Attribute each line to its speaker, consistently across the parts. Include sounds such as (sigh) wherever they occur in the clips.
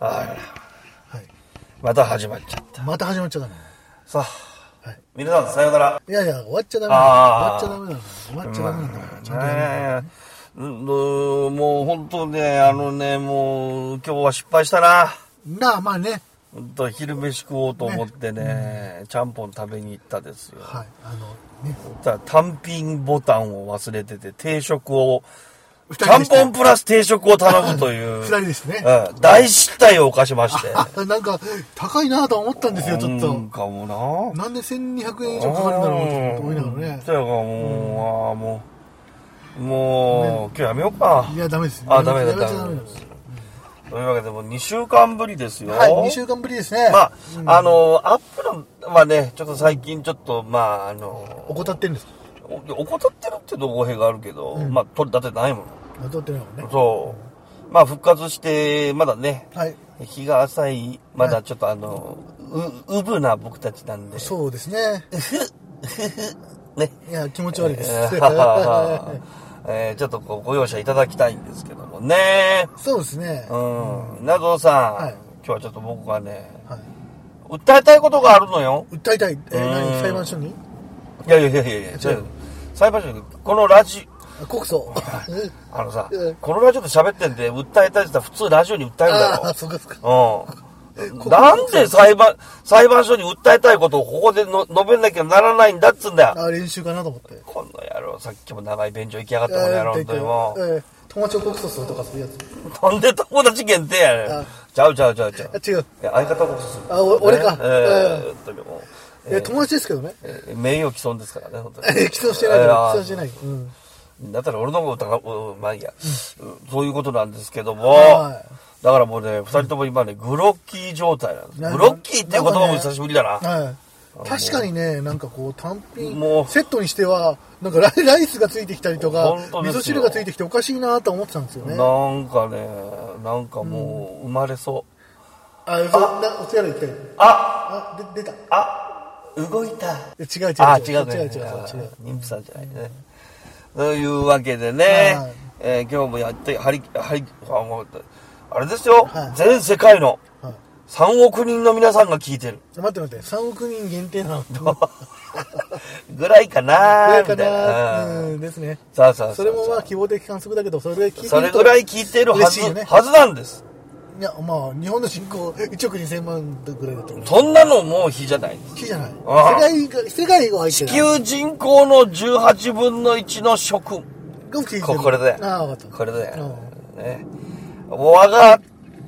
Speaker 1: あらら
Speaker 2: はい。
Speaker 1: また始まっちゃった
Speaker 2: また始まっちゃダメ。
Speaker 1: さあ、
Speaker 2: はい
Speaker 1: 皆さんさようなら
Speaker 2: いやいや、終わっちゃダメ
Speaker 1: あー
Speaker 2: だ。終わっちゃダメなんだ。終わっちゃダメなんだから。ちゃんとやる
Speaker 1: ねえうんもう本当ねあのねもう今日は失敗したな
Speaker 2: なあ、まあね。
Speaker 1: ほんと昼飯食おうと思ってねちゃんぽん食べに行ったですよ、
Speaker 2: はい。あの、ね。
Speaker 1: ただ単品ボタンを忘れてて定食を
Speaker 2: 二
Speaker 1: ち
Speaker 2: 人
Speaker 1: ゃ
Speaker 2: で
Speaker 1: ん
Speaker 2: した
Speaker 1: ぽんプラス定食を頼むという
Speaker 2: 二人ですね。
Speaker 1: うん、大失態を犯しま
Speaker 2: (laughs)
Speaker 1: して
Speaker 2: あ、なんか、高いなと思ったんですよ、ちょっ
Speaker 1: な
Speaker 2: と
Speaker 1: ん。かもうな
Speaker 2: なんで1200円以上かかるんだろうと思いながらね
Speaker 1: そ。やからもう、ああもうもう、今日やめようか
Speaker 2: いや、ダメです。
Speaker 1: あダメだ
Speaker 2: やめちゃダメなんです。
Speaker 1: というわけでもう2週間ぶりですよ
Speaker 2: はい、2週間ぶりですね。
Speaker 1: まあ、あのアップルはねちょっと最近ちょっとまああの
Speaker 2: 怠ってんですか
Speaker 1: お怠ってるっていうと語弊があるけど、まあ取り立ててないも
Speaker 2: 雇ってないもんね
Speaker 1: の。そうまあ復活してまだね
Speaker 2: はい。
Speaker 1: 日が浅いまだちょっとあの、ううぶな僕たちなんで
Speaker 2: そうですね。
Speaker 1: ね
Speaker 2: いや、気持ち悪いです。
Speaker 1: (laughs) えーちょっとこうご容赦いただきたいんですけどもね。
Speaker 2: (laughs) そうですね。は
Speaker 1: うん。なぞさん、
Speaker 2: はい
Speaker 1: 今日はちょっと僕がね、
Speaker 2: い。
Speaker 1: 訴えたいことがあるのよ。
Speaker 2: 訴えたい。えー、
Speaker 1: う
Speaker 2: 何
Speaker 1: ん
Speaker 2: 裁判所に
Speaker 1: いやいやいやいやいや
Speaker 2: 違う、
Speaker 1: 裁判所に、このラジ
Speaker 2: あ告訴。
Speaker 1: オ、あのさ
Speaker 2: うん、
Speaker 1: このラジオで喋ってんで、訴えたいって言ったら普通ラジオに訴えるだ
Speaker 2: (laughs) あ
Speaker 1: ろ
Speaker 2: あ、。そうかそうか。
Speaker 1: うん。なんで裁判、裁判所に訴えたいことをここでの述べなきゃならないんだっつうんだよ。
Speaker 2: あ練習かなと思って。
Speaker 1: この野郎、さっきも長い便所行きやがってこの野郎、本当にもう。
Speaker 2: えー友達を告訴するとかそういうや
Speaker 1: なんで友達限定やねん
Speaker 2: あ。
Speaker 1: ちゃうちゃうちゃうちゃう。
Speaker 2: つ。あ、違う。
Speaker 1: いや相方こそする
Speaker 2: あお俺か
Speaker 1: ねえー本当にもう
Speaker 2: いや、友達ですけどね。 (laughs)
Speaker 1: えー名誉毀損ですからね、本当に。
Speaker 2: え起訴してないよ。
Speaker 1: えー
Speaker 2: 起訴してないよ。うん。
Speaker 1: だったら俺の方が疑う、うんまあいいや、うんそういうことなんですけども、
Speaker 2: は
Speaker 1: だからもうね、二人とも今ね、グロッキー状態なんです。
Speaker 2: な
Speaker 1: グロッキーっていう言葉も久しぶりだな。
Speaker 2: はい。確かにね、なんかこう、単品
Speaker 1: もう、
Speaker 2: セットにしては、なんかラ (laughs) イライスがついてきたりとか
Speaker 1: 本、当で
Speaker 2: 味
Speaker 1: すよ
Speaker 2: 噌汁がついてきておかしいなと思ってたんですよね。
Speaker 1: なんかね、なんかもう生まれそう。
Speaker 2: あ、そうなお手洗い行ったよ。
Speaker 1: あ
Speaker 2: あ、で出た。
Speaker 1: あ動いた
Speaker 2: え違う違う違う。
Speaker 1: あ、違うね。
Speaker 2: 違う違う違う。
Speaker 1: 妊婦さんじゃないね。というわけでね、
Speaker 2: はい
Speaker 1: えー今日もやって、はり、はり、あ、もう、あれですよ、
Speaker 2: はい
Speaker 1: 全世界の
Speaker 2: はい
Speaker 1: 3億人の皆さんが聞いてる。 (laughs)
Speaker 2: 待って待って、3億人限定なの。どう
Speaker 1: ぐらいかなー
Speaker 2: か
Speaker 1: みたいな。
Speaker 2: な
Speaker 1: う
Speaker 2: うんん、ですね。
Speaker 1: さあさあさあ
Speaker 2: それもまあ希望的観測だけど、それぐらい聞いてる
Speaker 1: それぐらい聞いてるは
Speaker 2: 嬉
Speaker 1: ず、
Speaker 2: しいよね。
Speaker 1: はずなんです。
Speaker 2: いや、まあ、日本の人口1億2000万ぐらいだと思う。
Speaker 1: そんなのもう比じゃないです。
Speaker 2: 好きじゃない。世
Speaker 1: ああ
Speaker 2: 界が、世界が入って
Speaker 1: 地
Speaker 2: る。
Speaker 1: 球人口の18分の1の食。
Speaker 2: が聞いてる。
Speaker 1: ここれだよ
Speaker 2: ああ、分かった。
Speaker 1: これだ
Speaker 2: う
Speaker 1: よ
Speaker 2: ん。
Speaker 1: ね。我が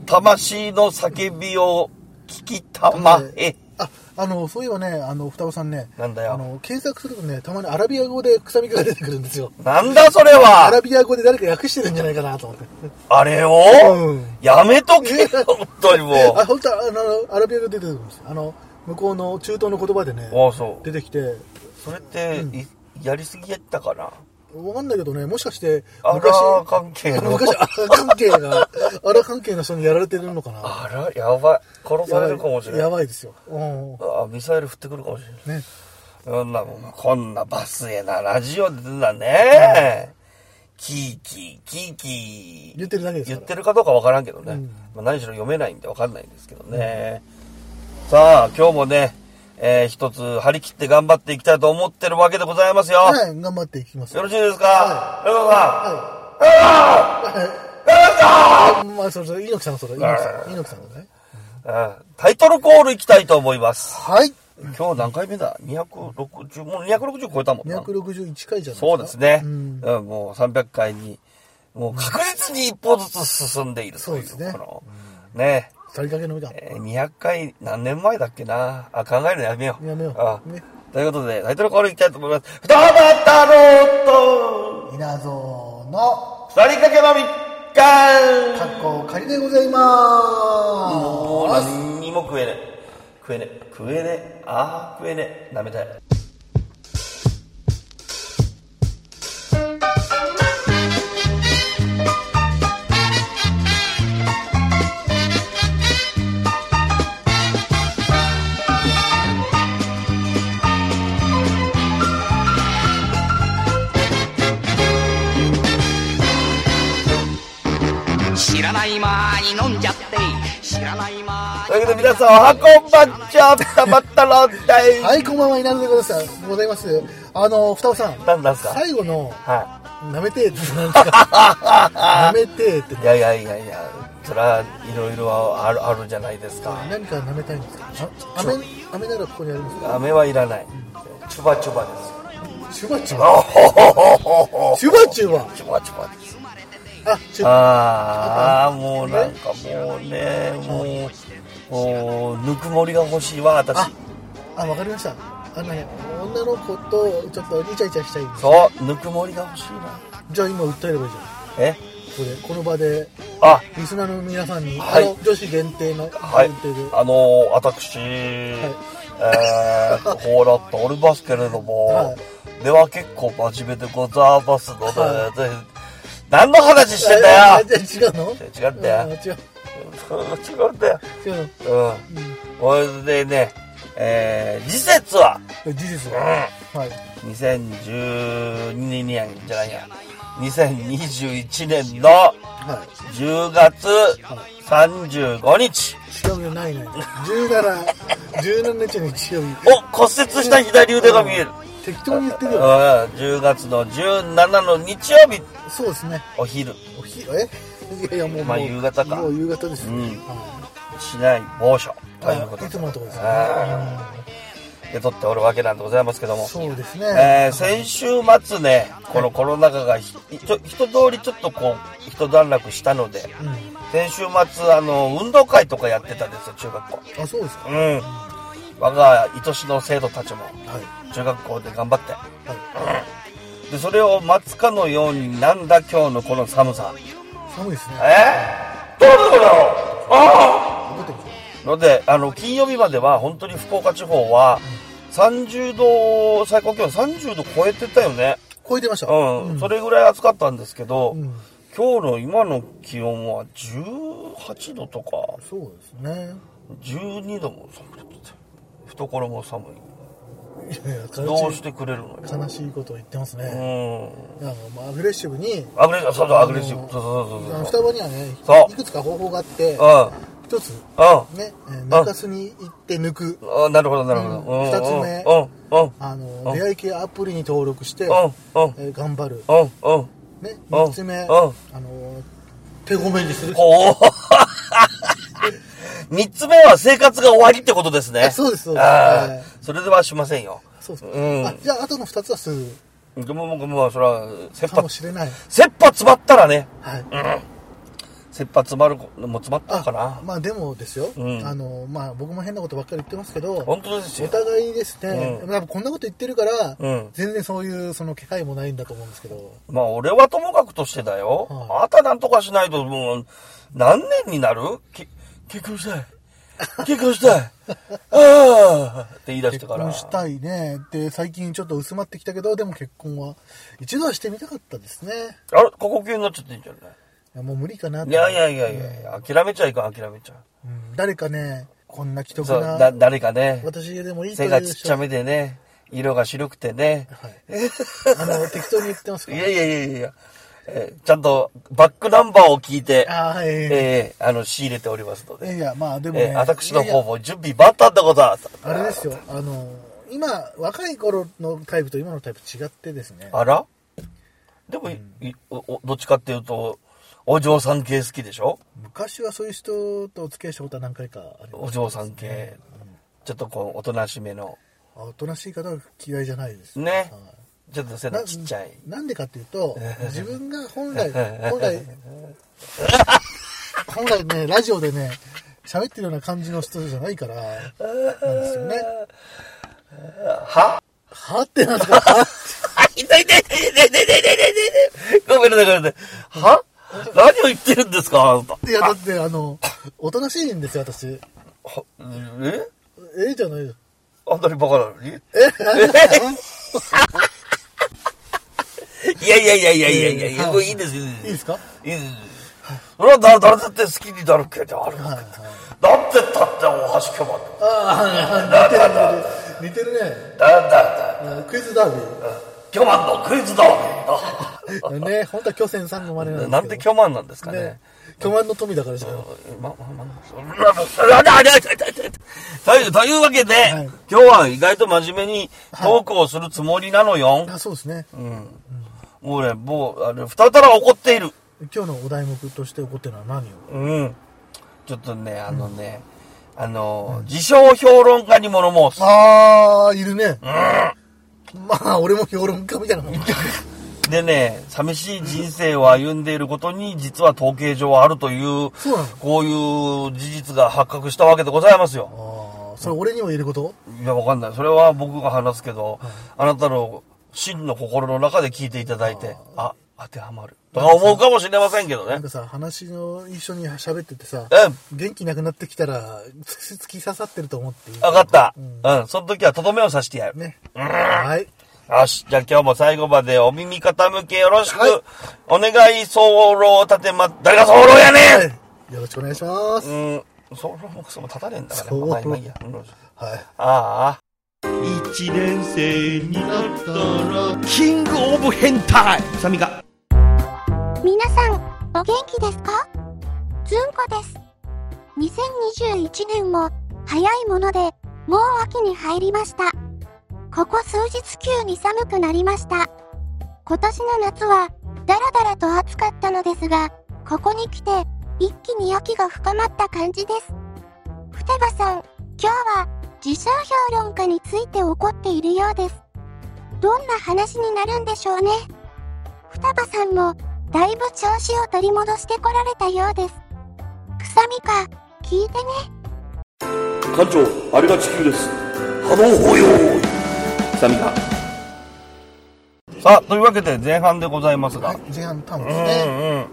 Speaker 1: 魂の叫びを聞きたまえ。
Speaker 2: あ、あの、そういえばね、あの、双子さんね。
Speaker 1: なんだよ
Speaker 2: あの、検索するとね、たまにアラビア語で臭みが出てくるんですよ。
Speaker 1: なんだそれ
Speaker 2: ア
Speaker 1: は
Speaker 2: ラビア語で誰か訳してるんじゃないかなと思って。
Speaker 1: あれを、
Speaker 2: うん
Speaker 1: やめとけ
Speaker 2: (laughs)
Speaker 1: よ、本当にも
Speaker 2: あ、本当はあの、アラビア語で出てくるんです。あの、向こうの中東の言葉でね、
Speaker 1: う。ああ、そう。
Speaker 2: 出てきて、
Speaker 1: それって、いやりすぎやったかな
Speaker 2: わかんないけどね、もしかして、
Speaker 1: あ
Speaker 2: 昔、
Speaker 1: ら関係の。
Speaker 2: 昔、あら関係が、あら関係の人にやられてるのかな。
Speaker 1: あら、やばい。殺されるかもしれない。
Speaker 2: やばいですよ。うん。
Speaker 1: あミサイル降ってくるかもしれない。
Speaker 2: ね。
Speaker 1: そんなもん、こんなバスへなラジオで出てんだね。キーキー、キーキー。
Speaker 2: 言ってるだけですか
Speaker 1: 言
Speaker 2: ら。
Speaker 1: ってるかどうかわからんけどね、まあ、何しろ読めないんでわかんないんですけどね、さあ今日もね、えー一つ張り切って頑張っていきたいと思ってるわけでございますよ、
Speaker 2: はい、頑張っていきます。
Speaker 1: よ
Speaker 2: はい。
Speaker 1: ろしいですか、レオさん
Speaker 2: まあ、それそれ、猪木さん、それ、猪木さん、猪木さんのね。
Speaker 1: うんタイトルコールいきたいと思います
Speaker 2: はい。
Speaker 1: 今日何回目だ260もう260超えたもんな
Speaker 2: 261回じゃないですか。
Speaker 1: そうですね、う
Speaker 2: うんん
Speaker 1: もう300回にもう確実に一歩ずつ進んでいるという
Speaker 2: そうですね
Speaker 1: このね
Speaker 2: さりかけのみだ。
Speaker 1: えー200回何年前だっけなあ考えるのやめよう
Speaker 2: やめよう
Speaker 1: あ
Speaker 2: ね
Speaker 1: ということでタイトルコールいきたいと思います二股ローと
Speaker 2: 稲造の
Speaker 1: 二人かけのみか
Speaker 2: 格好仮でございま
Speaker 1: もう
Speaker 2: ーす。
Speaker 1: 何にも食えねえ食えねえ食えねえあー食えねえ舐めたい
Speaker 3: 知らない間に飲んじゃって知
Speaker 1: というわけで皆さん、おはこんばっちゃったまったろんだい。
Speaker 2: はい、こんばんは、稲田でございます。ございます。あの、ふたおさん。
Speaker 1: なんなんすか
Speaker 2: 最後の、
Speaker 1: は
Speaker 2: なめてーって何ですかなめてーって
Speaker 1: い。いやいやいやいや、それはいろいろある、あるじゃないですか。
Speaker 2: 何か舐めたいんですかあ飴、飴ならここにありますか
Speaker 1: 飴はいらない。チュバチュバです。
Speaker 2: チュバチュ
Speaker 1: あ
Speaker 2: バ
Speaker 1: ほほほほ
Speaker 2: チュバチュバ
Speaker 1: チュバチュバです。
Speaker 2: あ、チュバ
Speaker 1: ああ、もうなんかもうね、もう、もう、ぬくもりが欲しいわ、私
Speaker 2: あ。あ、わかりました。あのね、女の子とちょっとイチャイチャしたいんです。
Speaker 1: そう、ぬくもりが欲しいな。
Speaker 2: じゃあ今訴えればいいじゃん。
Speaker 1: え
Speaker 2: ここで、この場で、
Speaker 1: あ、
Speaker 2: リスナーの皆さんに、
Speaker 1: はい
Speaker 2: あの、女子限定の、
Speaker 1: はい
Speaker 2: 限定で。。
Speaker 1: あのー、私、えー、こうなっておりますけれども、
Speaker 2: は
Speaker 1: では結構真面目でございますので、
Speaker 2: は
Speaker 1: ぜひ何の話してんだよ
Speaker 2: あじゃあ違うの
Speaker 1: 違うんだよ。
Speaker 2: よ。
Speaker 1: (laughs) 違うんだよ。
Speaker 2: 違う、違う
Speaker 1: うん。これでね、えー、次節は、
Speaker 2: の。事実
Speaker 1: うん
Speaker 2: は。はい。
Speaker 1: 2012年じゃないや、2021年の
Speaker 2: は
Speaker 1: 10月35日、
Speaker 2: い。違うよ、ないない。17、17日に違う。
Speaker 1: お骨折した左腕が見える。
Speaker 2: 適当に言ってる
Speaker 1: うん、
Speaker 2: よ。
Speaker 1: 10月の17の日曜日、
Speaker 2: そうですね。
Speaker 1: お昼、
Speaker 2: お昼、えいやいや、もう。
Speaker 1: まあ
Speaker 2: もう
Speaker 1: 夕方か
Speaker 2: もう夕方ですね。
Speaker 1: うん
Speaker 2: は
Speaker 1: 市内某所
Speaker 2: い
Speaker 1: ということ
Speaker 2: あいつ
Speaker 1: で、
Speaker 2: ものとこですね。
Speaker 1: あで撮っておるわけなんでございますけども、
Speaker 2: そうですね。
Speaker 1: えー先週末ね、このコロナ禍がひちょ一通りちょっとこう、一段落したので、
Speaker 2: うん。
Speaker 1: 先週末、あの、運動会とかやってたんですよ、中学校。
Speaker 2: あ、そうですか。
Speaker 1: うん。我が愛しの生徒たちも、
Speaker 2: はい。
Speaker 1: 中学校で頑張って。
Speaker 2: は
Speaker 1: で、それを待つかのように、なんだ今日のこの寒さ。
Speaker 2: い。寒いですね。
Speaker 1: えどうだろうあ
Speaker 2: 残ってますよ
Speaker 1: あので、あの、金曜日までは、本当に福岡地方は、30度、最高気温30度超えてたよね。
Speaker 2: 超えてました。
Speaker 1: うん。
Speaker 2: うん
Speaker 1: それぐらい暑かったんですけど、
Speaker 2: うん
Speaker 1: 今日の今の気温は18度とか、
Speaker 2: そうですね。
Speaker 1: 12度も寒くて懐も寒い
Speaker 2: いやいや、
Speaker 1: ど
Speaker 2: 悲
Speaker 1: う
Speaker 2: し
Speaker 1: してくれるのよ
Speaker 2: い、悲しいことを言ってます
Speaker 1: うん
Speaker 2: ね。いや、もうまあアグレッシブに、
Speaker 1: アグレッシブそうそうアグレッシブ
Speaker 2: あの
Speaker 1: そうそう
Speaker 2: あの
Speaker 1: そうそう
Speaker 2: 双葉にはね
Speaker 1: そ、う
Speaker 2: いくつか方法があって、
Speaker 1: う
Speaker 2: 一つ、ね、えー中洲に行って抜く、
Speaker 1: んうんあなるほどなるほど
Speaker 2: うん二つ目
Speaker 1: うんうん
Speaker 2: あの
Speaker 1: う、ん
Speaker 2: 出会い系アプリに登録して、
Speaker 1: うん
Speaker 2: えー頑張る。
Speaker 1: うんうんうん
Speaker 2: ね、
Speaker 1: うん
Speaker 2: 三つ目、あ
Speaker 1: うん
Speaker 2: の、手ごめんにする。
Speaker 1: おお (laughs) 三つ目は生活が終わりってことですね。
Speaker 2: そうですそうです
Speaker 1: あー
Speaker 2: はい
Speaker 1: それではしませんよ。
Speaker 2: そうそう
Speaker 1: うん
Speaker 2: あ、じゃあ、あとの二つはすぐ、
Speaker 1: でも僕もそれは、切
Speaker 2: か
Speaker 1: 羽
Speaker 2: も、しれない。
Speaker 1: 切羽詰まったらね、
Speaker 2: はい。
Speaker 1: 切羽詰まるのも詰まったのかな
Speaker 2: あ。まあでもですよ、
Speaker 1: うん
Speaker 2: あのまあ、僕も変なことばっかり言ってますけど、
Speaker 1: 本当です
Speaker 2: お
Speaker 1: よ。
Speaker 2: 互いですね、
Speaker 1: うん
Speaker 2: やっぱこんなこと言ってるから、
Speaker 1: うん
Speaker 2: 全然そういうその気配もないんだと思うんですけど、
Speaker 1: まあ、俺はともかくとしてだよ。あ
Speaker 2: は
Speaker 1: なたなんとかしないと、もう、何年になるけ結婚したい。結婚したい。ああって言い出して
Speaker 2: 結
Speaker 1: から。
Speaker 2: 婚したいねって、最近ちょっと薄まってきたけど、でも結婚は、一度はしてみたかったですね。
Speaker 1: あれここ急になっちゃっていいんじゃない
Speaker 2: いやもう無理かなと
Speaker 1: いやいやいやいやいや、諦めちゃいかん、諦めちゃ。
Speaker 2: うん誰かね、こんな既得
Speaker 1: そう、
Speaker 2: な、
Speaker 1: だ、誰かね、
Speaker 2: 私でもいいと
Speaker 1: 背
Speaker 2: いう
Speaker 1: がちっちゃ
Speaker 2: め。
Speaker 1: めでね、色が白くてね。
Speaker 2: はい、あの適当に言ってます
Speaker 1: い
Speaker 2: か
Speaker 1: やいやいやいや、えーちゃんとバックナンバーを聞いて、
Speaker 2: ああ、え
Speaker 1: えーあの、仕入れておりますの
Speaker 2: え
Speaker 1: で。
Speaker 2: いや、まあでもね、
Speaker 1: えー私の
Speaker 2: いやいや
Speaker 1: 方も準備万端でございます。
Speaker 2: あれですよ、あの、今、若い頃のタイプと今のタイプ違ってですね。
Speaker 1: あらでも、いおおどっちかっていうと、お嬢さん系好きでしょ
Speaker 2: 昔はそういう人とお付き合いしたことは何回かありま
Speaker 1: お
Speaker 2: す。
Speaker 1: 嬢さん系。ちょっとこう、おとなしめの。
Speaker 2: あおとなしい方は嫌いじゃないです。
Speaker 1: ね
Speaker 2: は。
Speaker 1: ちょっと背
Speaker 2: いな
Speaker 1: のちっちゃい。 (laughs)
Speaker 2: なんでかっていうと、自分が本来、本来、 (laughs) 本来ね、ラジオでね、喋ってるような感じの人じゃないから、なんですよね。
Speaker 1: (laughs) は
Speaker 2: はってなんですか
Speaker 1: あ、痛い痛い痛い痛い痛い痛い痛い痛い痛いごめんなさい、ごめんなさい。は何を言ってるんですかあなた。
Speaker 2: いや、だって、あの、おとなしいんですよ、私。え
Speaker 1: はえ
Speaker 2: えじゃないよ。
Speaker 1: あんなにバカなのに
Speaker 2: え
Speaker 1: (laughs) いやいやいやいやいやいやいや、
Speaker 2: はい
Speaker 1: これいいですよ。
Speaker 2: いいですか
Speaker 1: いいです。それは誰誰だって好きになるけど、あれ
Speaker 2: はい
Speaker 1: だ
Speaker 2: はい。
Speaker 1: ってったって大橋巨馬
Speaker 2: ああ、似てる、似てる。似てるね。
Speaker 1: だだだ
Speaker 2: あクイズダービー。
Speaker 1: 巨万のクイズだ
Speaker 2: ね、本当は巨泉さんの真似なんですけど。
Speaker 1: なんで巨万なんですかね
Speaker 2: ね巨万の富だからしかよ。
Speaker 1: ま、ま、ま、という、というわけで、
Speaker 2: はい
Speaker 1: 今日は意外と真面目にトークをするつもりなのよ。
Speaker 2: あ、そうですね。
Speaker 1: もうね、もう、あれ、二たら怒っている。
Speaker 2: 今日のお題目として起こってるのは何を
Speaker 1: うん。ちょっとね、あのね、あの、自称評論家に物申す。
Speaker 2: あー、いるね。まあ、俺も評論家みたいなもん。
Speaker 1: でね、寂しい人生を歩んでいることに、実は統計上あるという、
Speaker 2: そうなの
Speaker 1: こういう事実が発覚したわけでございますよ。
Speaker 2: あー、それ俺にも言えること
Speaker 1: いや、わかんない。それは僕が話すけど、あなたの真の心の中で聞いていただいて、あ、当てはまる。とか思うかもしれませんけど
Speaker 2: なん
Speaker 1: ね。
Speaker 2: かさ、話の一緒に喋っててさ、
Speaker 1: うん。
Speaker 2: 元気なくなってきたら、突突き刺さってると思っていい
Speaker 1: わかった。うん。その時はとどめを刺してやる。
Speaker 2: ね。はい。
Speaker 1: よし。じゃあ今日も最後までお耳傾けよろしく
Speaker 2: はい。
Speaker 1: お願い、候を立てま、誰が候やねん
Speaker 2: よろしくお願いします。
Speaker 1: うん。候もクソも立たねえんだから。
Speaker 2: 候
Speaker 1: まあまあいいやうん
Speaker 2: はい。
Speaker 1: ああ。一年生になったら、キングオブ変態サミが。
Speaker 3: 皆さん、お元気ですかずんこです。2021年も、早いもので、もう秋に入りました。ここ数日急に寒くなりました。今年の夏は、だらだらと暑かったのですが、ここに来て、一気に秋が深まった感じです。ふてばさん、今日は、自称評論家について怒っているようです。どんな話になるんでしょうね。ふたばさんも、だいぶ調子を取り戻してこられたようです。くさみか、聞いてね。
Speaker 1: 艦長、あれが地球です。波動法要サミが。さあ、というわけで前半でございますが。
Speaker 2: はい。前半ターン
Speaker 1: う
Speaker 2: ですね。
Speaker 1: んうん。
Speaker 2: うん。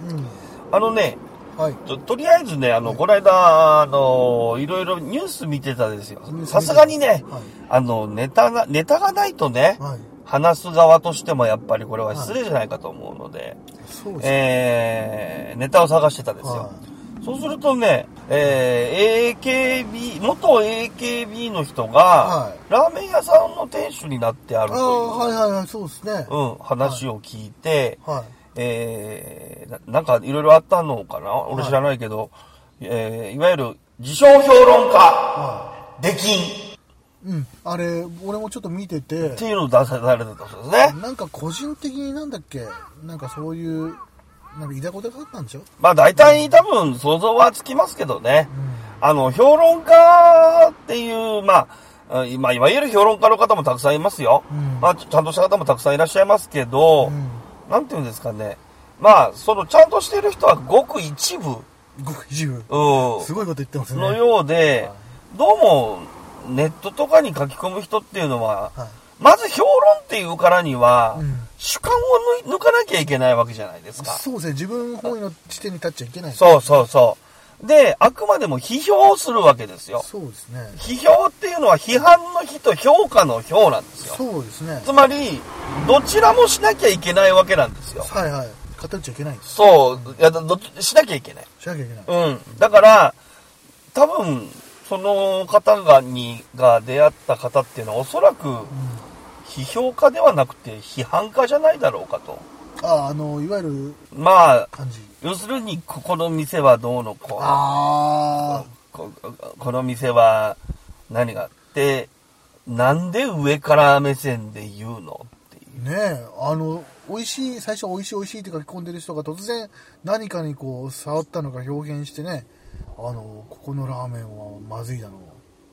Speaker 1: あのね、
Speaker 2: はい。
Speaker 1: ととりあえずね、あの、この間、あの、いろいろニュース見てたですよ
Speaker 2: ニュース見。てた
Speaker 1: さすがにね、
Speaker 2: はい
Speaker 1: あの、ネタが、ネタがないとね、
Speaker 2: はい。
Speaker 1: 話す側としてもやっぱりこれは失礼じゃないかと思うので、
Speaker 2: そうですね。
Speaker 1: えー、ネタを探してたんですよ。
Speaker 2: は
Speaker 1: そうするとね、えー、AKB、元 AKB の人が、
Speaker 2: は
Speaker 1: ラーメン屋さんの店主になってある
Speaker 2: あ
Speaker 1: と
Speaker 2: あ
Speaker 1: いう、
Speaker 2: ー、はいはいはい、そうですね。
Speaker 1: うん、話を聞いて、
Speaker 2: は
Speaker 1: えーな、なんかいろいろあったのかな俺知らないけど、えー、いわゆる自称評論
Speaker 2: い。
Speaker 1: 家、
Speaker 2: は
Speaker 1: 出禁
Speaker 2: い。うん。あれ、俺もちょっと見て
Speaker 1: っ、
Speaker 2: て
Speaker 1: ていうのを出されてたそうですね。
Speaker 2: なんか個人的になんだっけ、なんかそういう、なんかいたことがあったんでしょ
Speaker 1: まあ大体多分想像はつきますけどね。あの、評論家っていう、まあ、うんまあ、いわゆる評論家の方もたくさんいますよ。
Speaker 2: うん
Speaker 1: まあ、ちゃんとした方もたくさんいらっしゃいますけど、
Speaker 2: うん。
Speaker 1: なんていうんですかね。まあ、その、ちゃんとしてる人はごく一部、うん、
Speaker 2: ごく一部。す
Speaker 1: の
Speaker 2: ごいこと言ってますね。
Speaker 1: ようで、どうも、ネットとかに書き込む人っていうのは、
Speaker 2: はい。
Speaker 1: まず評論っていうからには、
Speaker 2: うん
Speaker 1: 主観を抜抜かなきゃいけないわけじゃないですか。
Speaker 2: そうですね。自分本位の地点に立っちゃいけない。
Speaker 1: そうそうそう。で、あくまでも批評をするわけですよ。
Speaker 2: そうですね。
Speaker 1: 批評っていうのは批判の批と評価の評なんですよ。
Speaker 2: そうですね。
Speaker 1: つまり、どちらもしなきゃいけないわけなんですよ。
Speaker 2: はいはい。偏っちゃいけないです。
Speaker 1: そう、いや、ど、しなきゃいけない。
Speaker 2: しなきゃいけない。
Speaker 1: うん。だから、多分、その方が、に、が出会った方っていうのは、おそらく、批評家ではなくて、批判家じゃないだろうかと。
Speaker 2: ああ、あの、いわゆる
Speaker 1: まあ、
Speaker 2: 感じ。
Speaker 1: 要するに、ここの店はどうのこうの。
Speaker 2: あ
Speaker 1: ここの店は何があって、なんで上から目線で言うのってい
Speaker 2: あ、ねえ、あの、美味しい、最初美味しい美味しいって書き込んでる人が突然何かにこう触ったのか表現してね、あの、ここのラーメンはまずいだろ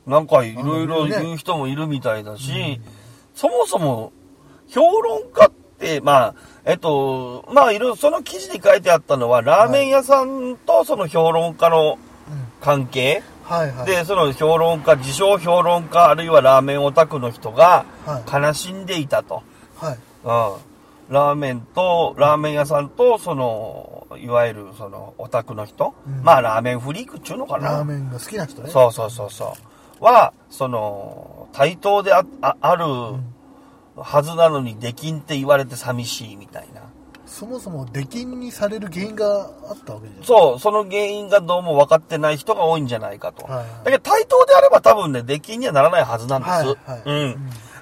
Speaker 1: う。なんかいろいろ言う人もいるみたいだし、そもそも評論家って、まあ、えっと、まあいろいろその記事に書いてあったのは、ラーメン屋さんとその評論家の
Speaker 2: う。うん。
Speaker 1: 関係、
Speaker 2: はいはい。
Speaker 1: で、その評論家、自称評論家、あるいはラーメンオタクの人が
Speaker 2: はい
Speaker 1: 悲しんでいたと。
Speaker 2: はい。
Speaker 1: うん、ラーメンと、ラーメン屋さんと、その、いわゆる、その、オタクの人、
Speaker 2: うん
Speaker 1: まあ、ラーメンフリークっちゅうのかな
Speaker 2: ラーメンが好きな人ね。
Speaker 1: そうそうそうそう。は、その、対等であ、ああるはずなのに、出禁って言われて寂しいみたいな。
Speaker 2: そもそも出禁にされる原因があったわけじゃない
Speaker 1: そう、その原因がどうも分かってない人が多いんじゃないかと。
Speaker 2: はいはい
Speaker 1: だけど、対等であれば多分ね、出禁にはならないはずなんです。
Speaker 2: はいはい
Speaker 1: うん。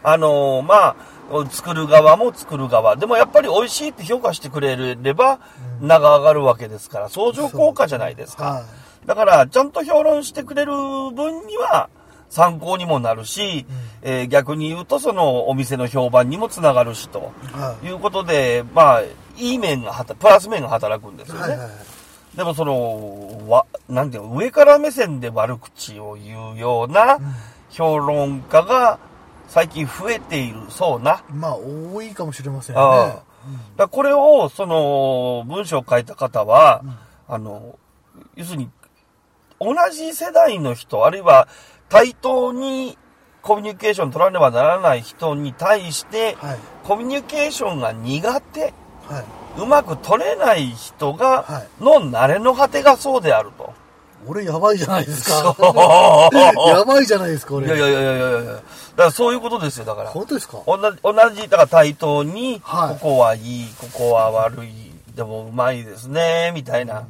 Speaker 1: あのーまあ、作る側も作る側。でもやっぱり美味しいって評価してくれれば、名が上がるわけですから、相乗効果じゃないですか。
Speaker 2: は
Speaker 1: だから、ちゃんと評論してくれる分には、参考にもなるし、えー逆に言うと、そのお店の評判にもつながるし、と
Speaker 2: い。は
Speaker 1: いうことで、まあ、いい面がはた、プラス面が働くんです
Speaker 2: い。
Speaker 1: よね。
Speaker 2: はい。はい。
Speaker 1: でもその、わ、なんていうの上から目線で悪口を言うような評論家が最近増えているそうな。
Speaker 2: まあ、多いかもしれませんね。
Speaker 1: ああだからこれを、その、文章を書いた方は、あの、要するに、同じ世代の人、あるいは対等にコミュニケーション取らねばならない人に対して、
Speaker 2: はい。
Speaker 1: コミュニケーションが苦手、
Speaker 2: はい。
Speaker 1: うまく取れない人
Speaker 2: は
Speaker 1: が、の慣れの果てがそうであると。
Speaker 2: 俺やばいじゃないですか。
Speaker 1: そ
Speaker 2: (laughs) やばいじゃないですか、
Speaker 1: う
Speaker 2: 俺。
Speaker 1: いやいやいやいやいやいや。だからそういうことですよ、だから。
Speaker 2: 本当ですか
Speaker 1: 同じ、同じ、だから対等に、
Speaker 2: はい
Speaker 1: ここはいい、ここは悪い、でもうまいですね、みたいな。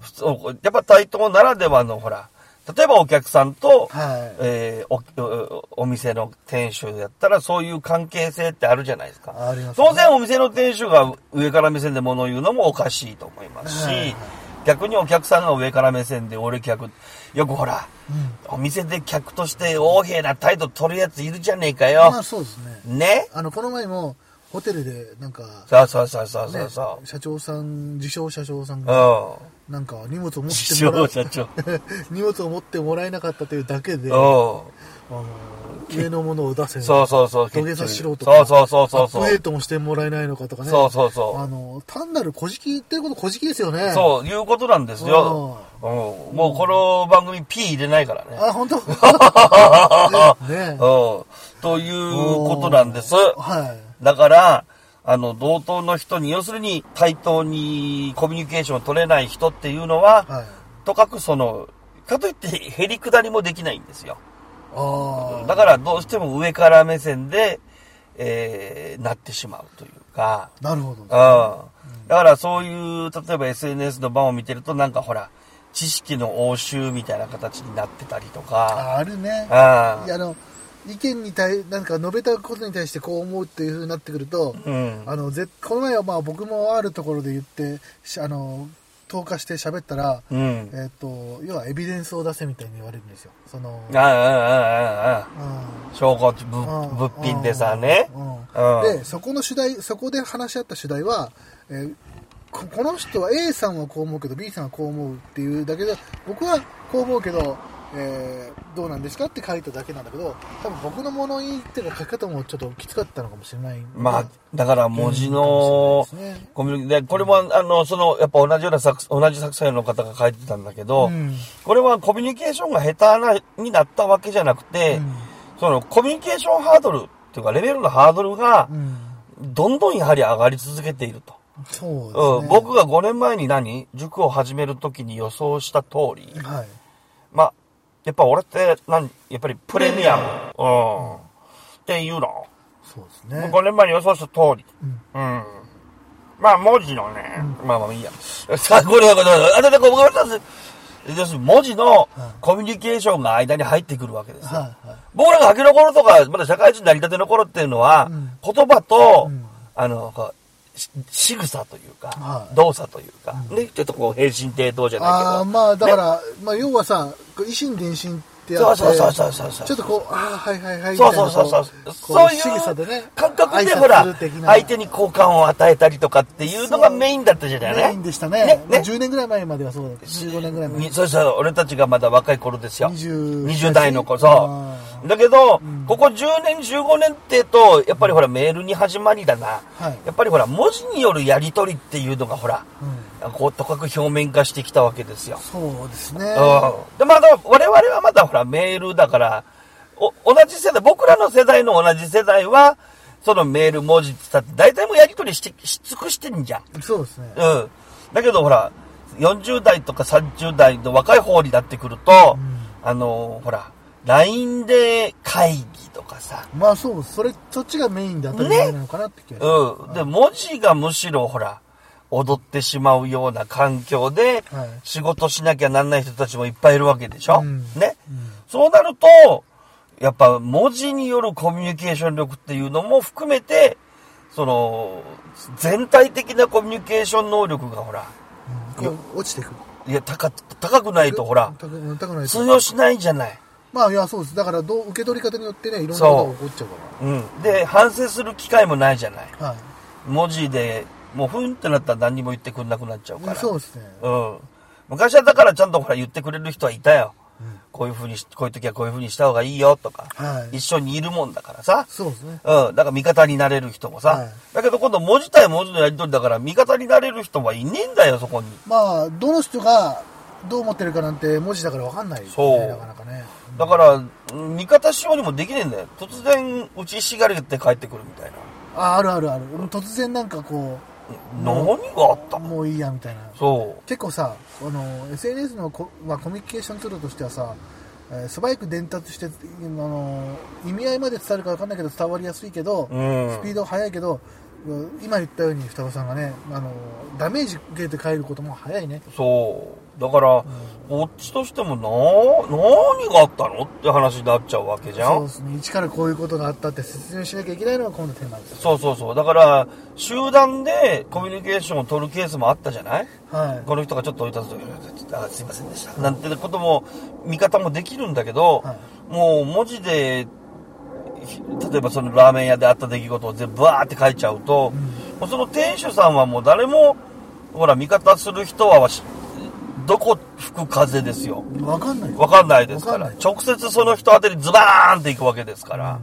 Speaker 1: 普通やっぱ対等ならではの、ほら、例えばお客さんと、
Speaker 2: はい。
Speaker 1: えーおお、お店の店主やったらそういう関係性ってあるじゃないですか。
Speaker 2: ありますね
Speaker 1: 当然お店の店主が上から目線で物を言うのもおかしいと思いますし、
Speaker 2: はいはい
Speaker 1: 逆にお客さんが上から目線で俺客、よくほら、
Speaker 2: うん。
Speaker 1: お店で客として横柄な態度取るやついるじゃねえか
Speaker 2: まあ、
Speaker 1: よ。
Speaker 2: そうですね。
Speaker 1: ね
Speaker 2: あの、この前も、ホテルで、なんか、
Speaker 1: そうそうそうそうそ
Speaker 2: ね
Speaker 1: うそ、
Speaker 2: 社長さん、自称社長さ
Speaker 1: う。
Speaker 2: ん
Speaker 1: う
Speaker 2: が、
Speaker 1: ん。
Speaker 2: なんか、荷物を持
Speaker 1: 自
Speaker 2: ってもら
Speaker 1: 称社
Speaker 2: う。
Speaker 1: 長。
Speaker 2: (laughs) 荷物を持ってもらえなかったというだけで、あの
Speaker 1: う
Speaker 2: 上のものを出せ
Speaker 1: ん。そうそうそう。
Speaker 2: 土下座しろと
Speaker 1: そう
Speaker 2: か、
Speaker 1: そうそうそう
Speaker 2: アップ
Speaker 1: そ
Speaker 2: デ
Speaker 1: う
Speaker 2: ー。トもしてもらえないのかとかね。
Speaker 1: そうそうそう。
Speaker 2: あの、単なる小じき言ってること小じきですよね。う。
Speaker 1: そう、いうことなんですよ。うん、もうこの番組 P 入れないからね。
Speaker 2: あ、
Speaker 1: (laughs)
Speaker 2: 本当
Speaker 1: うん
Speaker 2: ねえ。
Speaker 1: ということなんです。
Speaker 2: はい。
Speaker 1: だから、あの、同等の人に、要するに対等にコミュニケーションを取れない人っていうのは、
Speaker 2: はい。
Speaker 1: とかくその、かといってへりくだりもできないんですよ。
Speaker 2: あ
Speaker 1: だ
Speaker 2: あ。
Speaker 1: からどうしても上から目線で、えー、なってしまうというか。
Speaker 2: なるほど。
Speaker 1: うん。だからそういう、例えば SNS の版を見てるとなんかほら、知識の応酬みたいな形になってたりとか。
Speaker 2: ああるね。
Speaker 1: あ
Speaker 2: いや、あの、意見に対、なんか述べたことに対してこう思うっていうふうになってくると、
Speaker 1: うん。
Speaker 2: あの、ぜこの前はまあ僕もあるところで言って、しあの、投下して喋ったら、
Speaker 1: うん。
Speaker 2: えっ、と、要はエビデンスを出せみたいに言われるんですよ。その、
Speaker 1: ああ、ああ、ああ。
Speaker 2: うん
Speaker 1: 証拠ぶ
Speaker 2: うん
Speaker 1: 物品でさね。
Speaker 2: う
Speaker 1: う
Speaker 2: ん
Speaker 1: ん
Speaker 2: でそこの主題そこで話し合った主題は、えーここの人は A さんはこう思うけど B さんはこう思うっていうだけで僕はこう思うけど、えーどうなんですかって書いただけなんだけど多分僕の物言いっていうか書き方もちょっときつかったのかもしれない
Speaker 1: まあ、だから文字
Speaker 2: うん
Speaker 1: の
Speaker 2: かもしれないですね
Speaker 1: コミュニで、これもあの、その、やっぱ同じような作、同じ作者の方が書いてたんだけど、
Speaker 2: うん
Speaker 1: これはコミュニケーションが下手な、になったわけじゃなくて、
Speaker 2: うん
Speaker 1: そのコミュニケーションハードルっていうかレベルのハードルが
Speaker 2: う、ん
Speaker 1: どんどんやはり上がり続けていると。
Speaker 2: そうですね、
Speaker 1: うん、僕が5年前に何塾を始めるときに予想した通り、
Speaker 2: はい
Speaker 1: まあ、やっぱ俺って、なん、やっぱりプレミアム、うん、っていうの。
Speaker 2: そうですね
Speaker 1: 5年前に予想した通り。
Speaker 2: うん
Speaker 1: うん。まあ、文字のね、まあまあいいや。さあ、これは、これは、あ、だってごめんなさい。要するに文字のコミュニケーションが間に入ってくるわけですよ。
Speaker 2: はいはい
Speaker 1: 僕らがガキの頃とか、まだ社会人になりたての頃っていうのは、
Speaker 2: うん
Speaker 1: 言葉と、
Speaker 2: うん
Speaker 1: あの、こう、し仕草というか、
Speaker 2: はい
Speaker 1: 動作というか、ね、ちょっとこう、平身低頭じゃないけど。
Speaker 2: ああーまあだか
Speaker 1: ね
Speaker 2: ら、まあ要はさこう維新伝心ってや
Speaker 1: そ
Speaker 2: っ
Speaker 1: う
Speaker 2: て
Speaker 1: そうそうそうそうそう。
Speaker 2: ちょっとこう、ああ、はいはいはい。
Speaker 1: そうそうそうそう
Speaker 2: みたいなこ。う
Speaker 1: そうい
Speaker 2: こう仕草で
Speaker 1: う
Speaker 2: ね。
Speaker 1: 感覚で
Speaker 2: 挨拶
Speaker 1: ほら
Speaker 2: する的、な
Speaker 1: 相手に好感を与えたりとかっていうのがメインだったじゃない
Speaker 2: メインでしたね。
Speaker 1: ね
Speaker 2: ま
Speaker 1: ね
Speaker 2: あ10年ぐらい前まではそうだった。15年ぐらい前
Speaker 1: に。そうそう、俺たちがまだ若い頃ですよ。
Speaker 2: 20
Speaker 1: 20代の子、
Speaker 2: あ
Speaker 1: そう。だけど、ここ10年、15年ってと、やっぱりほら、メールに始まりだな。
Speaker 2: はい
Speaker 1: やっぱりほら、文字によるやりとりっていうのがほら、
Speaker 2: うん
Speaker 1: こう、とかく表面化してきたわけですよ。
Speaker 2: そうですね。
Speaker 1: うん。で、まだ、我々はまだほら、メールだから、お、同じ世代、僕らの世代の同じ世代は、そのメール文字って言ったって、大体もうやりとりして、し尽くしてんじゃん。
Speaker 2: そうですね。
Speaker 1: うん。だけどほら、40代とか30代の若い方になってくると、あのーほら、LINE で会議とかさ、
Speaker 2: まあそう、それ、そっちがメインで当たり前なのかなって気がしま
Speaker 1: う
Speaker 2: す
Speaker 1: ん。で、文字がむしろほら、踊ってしまうような環境で
Speaker 2: はい、
Speaker 1: 仕事しなきゃなんない人たちもいっぱいいるわけでしょ、
Speaker 2: うん
Speaker 1: ね、そうなると、やっぱ文字によるコミュニケーション力っていうのも含めて、その、全体的なコミュニケーション能力がほら、
Speaker 2: こう落ちていく
Speaker 1: いや、高、高くないとほら、
Speaker 2: 高く高くないと
Speaker 1: 通用しないじゃない。
Speaker 2: まあいやそうですだからどう受け取り方によってねいろんなことが起こっちゃうか
Speaker 1: うん。で、反省する機会もないじゃない。
Speaker 2: らはい
Speaker 1: 文字で、もうふんってなったら何にも言ってくれなくなっちゃうから。
Speaker 2: そうですね
Speaker 1: うん。昔はだからちゃんとほら言ってくれる人はいたよ。こういうふうにし、こういう時はこういうふうにした方がいいよとか、
Speaker 2: はい
Speaker 1: 一緒にいるもんだからさ。
Speaker 2: そうですね
Speaker 1: うん。だから味方になれる人もさ。
Speaker 2: はい
Speaker 1: だけど今度文字対文字のやりとりだから味方になれる人はいねえんだよ、そこに。
Speaker 2: まあどの人がどう思ってるかなんて文字だから分かんないですね
Speaker 1: そう
Speaker 2: なかなかね
Speaker 1: だから、うん味方しようにもできねえんだよ。突然、打ちひしがれて帰ってくるみたいな。
Speaker 2: ああるあるある突然なんかこ
Speaker 1: 何があった
Speaker 2: うもういいやみたいな
Speaker 1: そ
Speaker 2: 結構さあの SNS のコ,、まあ、コミュニケーションツールとしてはさ、えー素早く伝達して、あの意味合いまで伝わるか分かんないけど伝わりやすいけど、
Speaker 1: う。うん。
Speaker 2: スピード速いけどうん今言ったように双子さんがね、あのダメージ受けて帰ることも早いね
Speaker 1: そう。だから、こっちとしてもな、何があったのって話になっちゃうわけじゃ
Speaker 2: そうんで。すね一からこういうことがあったって説明しなきゃいけないのが今度手間です
Speaker 1: そうそうそう。だから、集団でコミュニケーションを取るケースもあったじゃない
Speaker 2: はい
Speaker 1: この人がちょっと置いたと、あすいませんでした。なんてことも、見方もできるんだけど、
Speaker 2: はい
Speaker 1: もう文字で、ひ例えばそのラーメン屋であった出来事を全部バーって書いちゃうと、もうその店主さんはもう誰も、ほら、味方する人は、しどこ吹く風ですよ。
Speaker 2: 分かんない
Speaker 1: わかんないですか
Speaker 2: わ
Speaker 1: ら
Speaker 2: かんない
Speaker 1: 直接その人当てにズバーンっていくわけですから、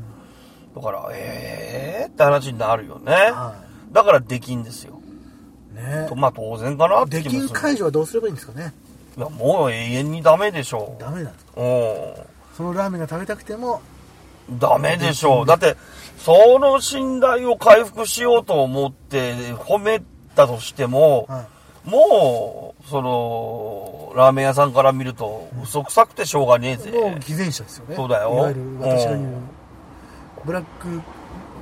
Speaker 1: だからええー、って話になるよね、
Speaker 2: は
Speaker 1: だからできんですよ
Speaker 2: ね
Speaker 1: とまあ当然かなって
Speaker 2: 出
Speaker 1: 気も
Speaker 2: 禁
Speaker 1: する
Speaker 2: 解除はどうすればいいんですかね
Speaker 1: いやもう永遠にダメでしょ
Speaker 2: ダメなんですか
Speaker 1: うう
Speaker 2: そのラーメンが食べたくても
Speaker 1: んダメでしょうだってその信頼を回復しようと思って褒めたとしても、
Speaker 2: は
Speaker 1: もうそのラーメン屋さんから見ると嘘くさくてしょうがねえ
Speaker 2: い
Speaker 1: ぜ
Speaker 2: もう偽善者ですよね
Speaker 1: そうだよ
Speaker 2: いわゆる私が言
Speaker 1: う
Speaker 2: うんブラック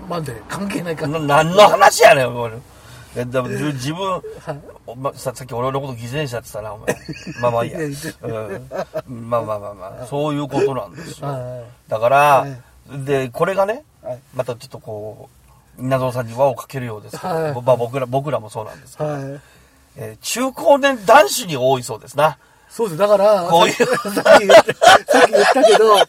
Speaker 2: マンデー関係ないか
Speaker 1: な
Speaker 2: ら
Speaker 1: 何の話やねん、これ。えでも自分、
Speaker 2: はい
Speaker 1: おま、ささっき俺のこと偽善者って言ったな、お前。まあまあいいや。
Speaker 2: いやいや
Speaker 1: うん、まあまあまあまあ、そういうことなんですよ。
Speaker 2: は
Speaker 1: だから、
Speaker 2: え
Speaker 1: で、これがね、
Speaker 2: いはい
Speaker 1: またちょっとこう、稲造さんに輪をかけるようですけど、
Speaker 2: はい
Speaker 1: まあ僕ら、僕らもそうなんですけど、
Speaker 2: はい
Speaker 1: えー中高年男子に多いそうですな。
Speaker 2: そうですだから
Speaker 1: こういう
Speaker 2: さっきさっき言ったさっき言ったけどさ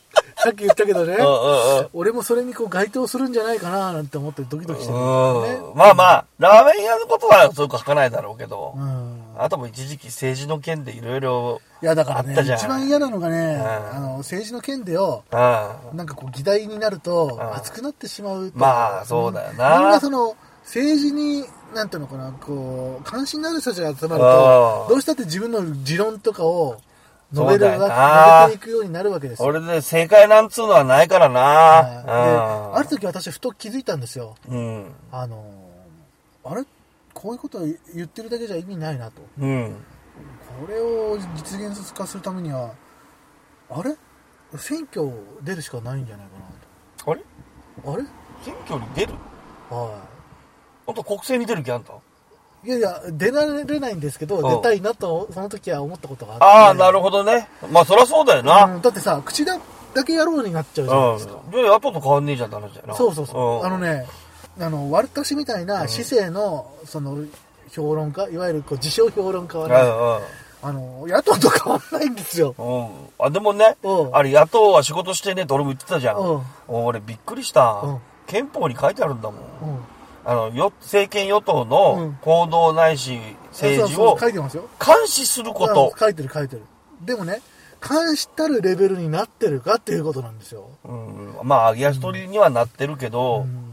Speaker 2: っき言ったけどね
Speaker 1: うんうんうん。
Speaker 2: 俺もそれにこう該当するんじゃないかななんて思ってドキドキしてるんだよね
Speaker 1: うんまあまあ、ラーメン屋のことはそう書かないだろうけど、
Speaker 2: うん
Speaker 1: あとも一時期政治の件でいろいろ、
Speaker 2: いやだから
Speaker 1: あ
Speaker 2: ね
Speaker 1: ったじゃん
Speaker 2: 一番嫌なのがね、
Speaker 1: ん
Speaker 2: あの政治の件でよ
Speaker 1: うん、
Speaker 2: なんかこう議題になると
Speaker 1: ん
Speaker 2: 熱くなってしまうと
Speaker 1: まあそうだよな
Speaker 2: みんなその政治になんていうのかなこう関心のある人たちが集まる
Speaker 1: う
Speaker 2: と
Speaker 1: ん
Speaker 2: どうしたって自分の持論とかを述
Speaker 1: そ
Speaker 2: べ
Speaker 1: う
Speaker 2: る
Speaker 1: だよな
Speaker 2: わ述べていくようになるわけですよ、
Speaker 1: 俺ね、正解なんつうのはないから
Speaker 2: はいで
Speaker 1: な。
Speaker 2: ある時私ふと気づいたんですよ
Speaker 1: うん。うん。
Speaker 2: あのあれこういうことを言ってるだけじゃ意味ないなと
Speaker 1: うん。
Speaker 2: これを実現化するためにはあれ選挙出るしかないんじゃないか
Speaker 1: あれ
Speaker 2: なとあれ
Speaker 1: 選挙に出る
Speaker 2: は
Speaker 1: ほんと国政に出る気あんた
Speaker 2: いいやいや出られないんですけど
Speaker 1: うん
Speaker 2: 出たいなとその時は思ったことがあって
Speaker 1: ああ、なる
Speaker 2: ほ
Speaker 1: ほどね。まあそりゃそうだよな。うん。
Speaker 2: うん、だってさ口だだけやろうになっちゃうじゃないですか、
Speaker 1: じゃあ、後と変わんねえじゃんって話だよな。
Speaker 2: そうそうそう、
Speaker 1: ん
Speaker 2: あの。ねあの割かしみたいな市政のその評論家いわゆるこう自称評論家は
Speaker 1: う
Speaker 2: ね、
Speaker 1: ん
Speaker 2: あの野党と変わらないんですよ
Speaker 1: うん。うん。あ、でもね
Speaker 2: う、ん
Speaker 1: あれ、野党は仕事してねえと俺も言ってたじゃん。
Speaker 2: うん
Speaker 1: 俺びっくりした
Speaker 2: うん。
Speaker 1: 憲法に書いてあるんだも。
Speaker 2: うんん
Speaker 1: あの、よ、政権与党
Speaker 2: うん
Speaker 1: の行動ないし政
Speaker 2: そう
Speaker 1: 治
Speaker 2: そう
Speaker 1: を
Speaker 2: そう書いてますよ
Speaker 1: 監視すること
Speaker 2: あ。書いてる書いてるでもね監視たるレベルになってるかっていうことなんですよ、
Speaker 1: うん、まあ、揚げ足取りにはなってるけど、
Speaker 2: うん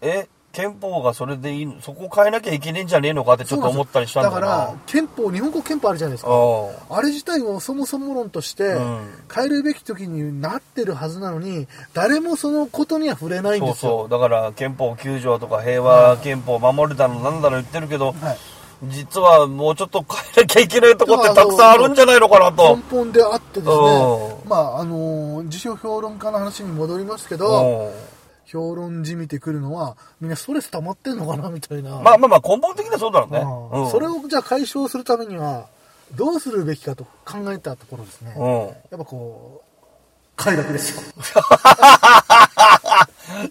Speaker 1: え、憲法がそれでいいのそこ変えなきゃいけねえんじゃねえのかってちょっと思ったりしたんだ
Speaker 2: だか
Speaker 1: よな。
Speaker 2: ら憲法日本国憲法あるじゃないですか
Speaker 1: うん
Speaker 2: あれ自体をそもそも論として、
Speaker 1: うん
Speaker 2: 変えるべき時になってるはずなのに誰もそのことには触れないん
Speaker 1: そ
Speaker 2: で
Speaker 1: う
Speaker 2: すよ
Speaker 1: そう。だから、憲法9条とか平和憲法守るだの、なんだの言ってるけど、
Speaker 2: はい
Speaker 1: 実はもうちょっと変えなきゃいけないとこってたくさんあるんじゃないのかなと
Speaker 2: 根。本であってですね
Speaker 1: う
Speaker 2: まああのー自称評論家の話に戻りますけど
Speaker 1: う
Speaker 2: 評論じみてくるのはみんなストレス溜まってんのかなみたいな、
Speaker 1: んまあまあまあ、根本的にはそうだろうね。
Speaker 2: うん
Speaker 1: うん
Speaker 2: それをじゃあ解消するためにはどうするべきかと考えたところですね、やっ
Speaker 1: う
Speaker 2: ぱこう快楽ですよ。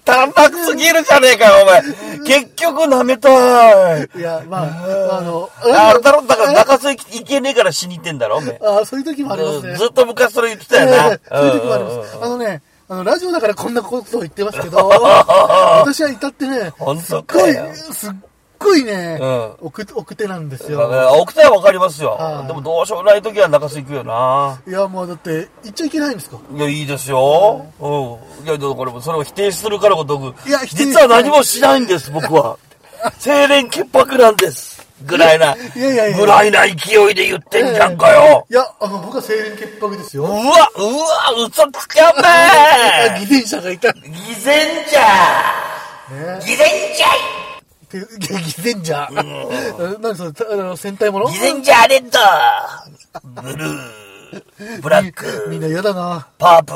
Speaker 1: 淡白すぎるじゃねえかよ、お前。結局舐めたい。
Speaker 2: いや、まあ、あの、
Speaker 1: あれだろ、だから中洲行いけねえから死に行ってんだろ、お前。
Speaker 2: ああ、そういう時もありますね。
Speaker 1: ずっと昔それ言ってたよな。
Speaker 2: ええそういう時もあります。あのね、あの、ラジオだからこんなことを言ってますけど、
Speaker 1: (laughs)
Speaker 2: 私は至ってね、
Speaker 1: 本
Speaker 2: すっ
Speaker 1: 当
Speaker 2: ご
Speaker 1: か
Speaker 2: い
Speaker 1: よ、
Speaker 2: すっごいね、
Speaker 1: うん
Speaker 2: 奥手奥手なんです
Speaker 1: まあ
Speaker 2: よ。
Speaker 1: ね奥手はわかりますよ
Speaker 2: は。い
Speaker 1: でもどうしようもない時は中洲行くよな。
Speaker 2: いや、もうだって、言っちゃいけないんですか
Speaker 1: いや、いいですよ。うん。いや、だからそれを否定するから僕、
Speaker 2: いや否定
Speaker 1: 実は何もしないんです、僕
Speaker 2: (laughs)
Speaker 1: は。清廉潔白なんです。ぐらいな、
Speaker 2: いやいやいや
Speaker 1: ぐらいな勢いで言ってんじゃんかよ。
Speaker 2: いや、あの、僕は清廉潔白です
Speaker 1: うわ
Speaker 2: よ。、
Speaker 1: うわ、嘘つけん
Speaker 2: あ、
Speaker 1: べ
Speaker 2: 偽善者がいた。ね。
Speaker 1: 偽善者偽善者
Speaker 2: て偽善者。 (laughs) 何それ、たあの、戦隊もの
Speaker 1: 偽善者レッドブルー、ブラッ
Speaker 2: (laughs) みん
Speaker 1: ク、
Speaker 2: な嫌だな。
Speaker 1: パープ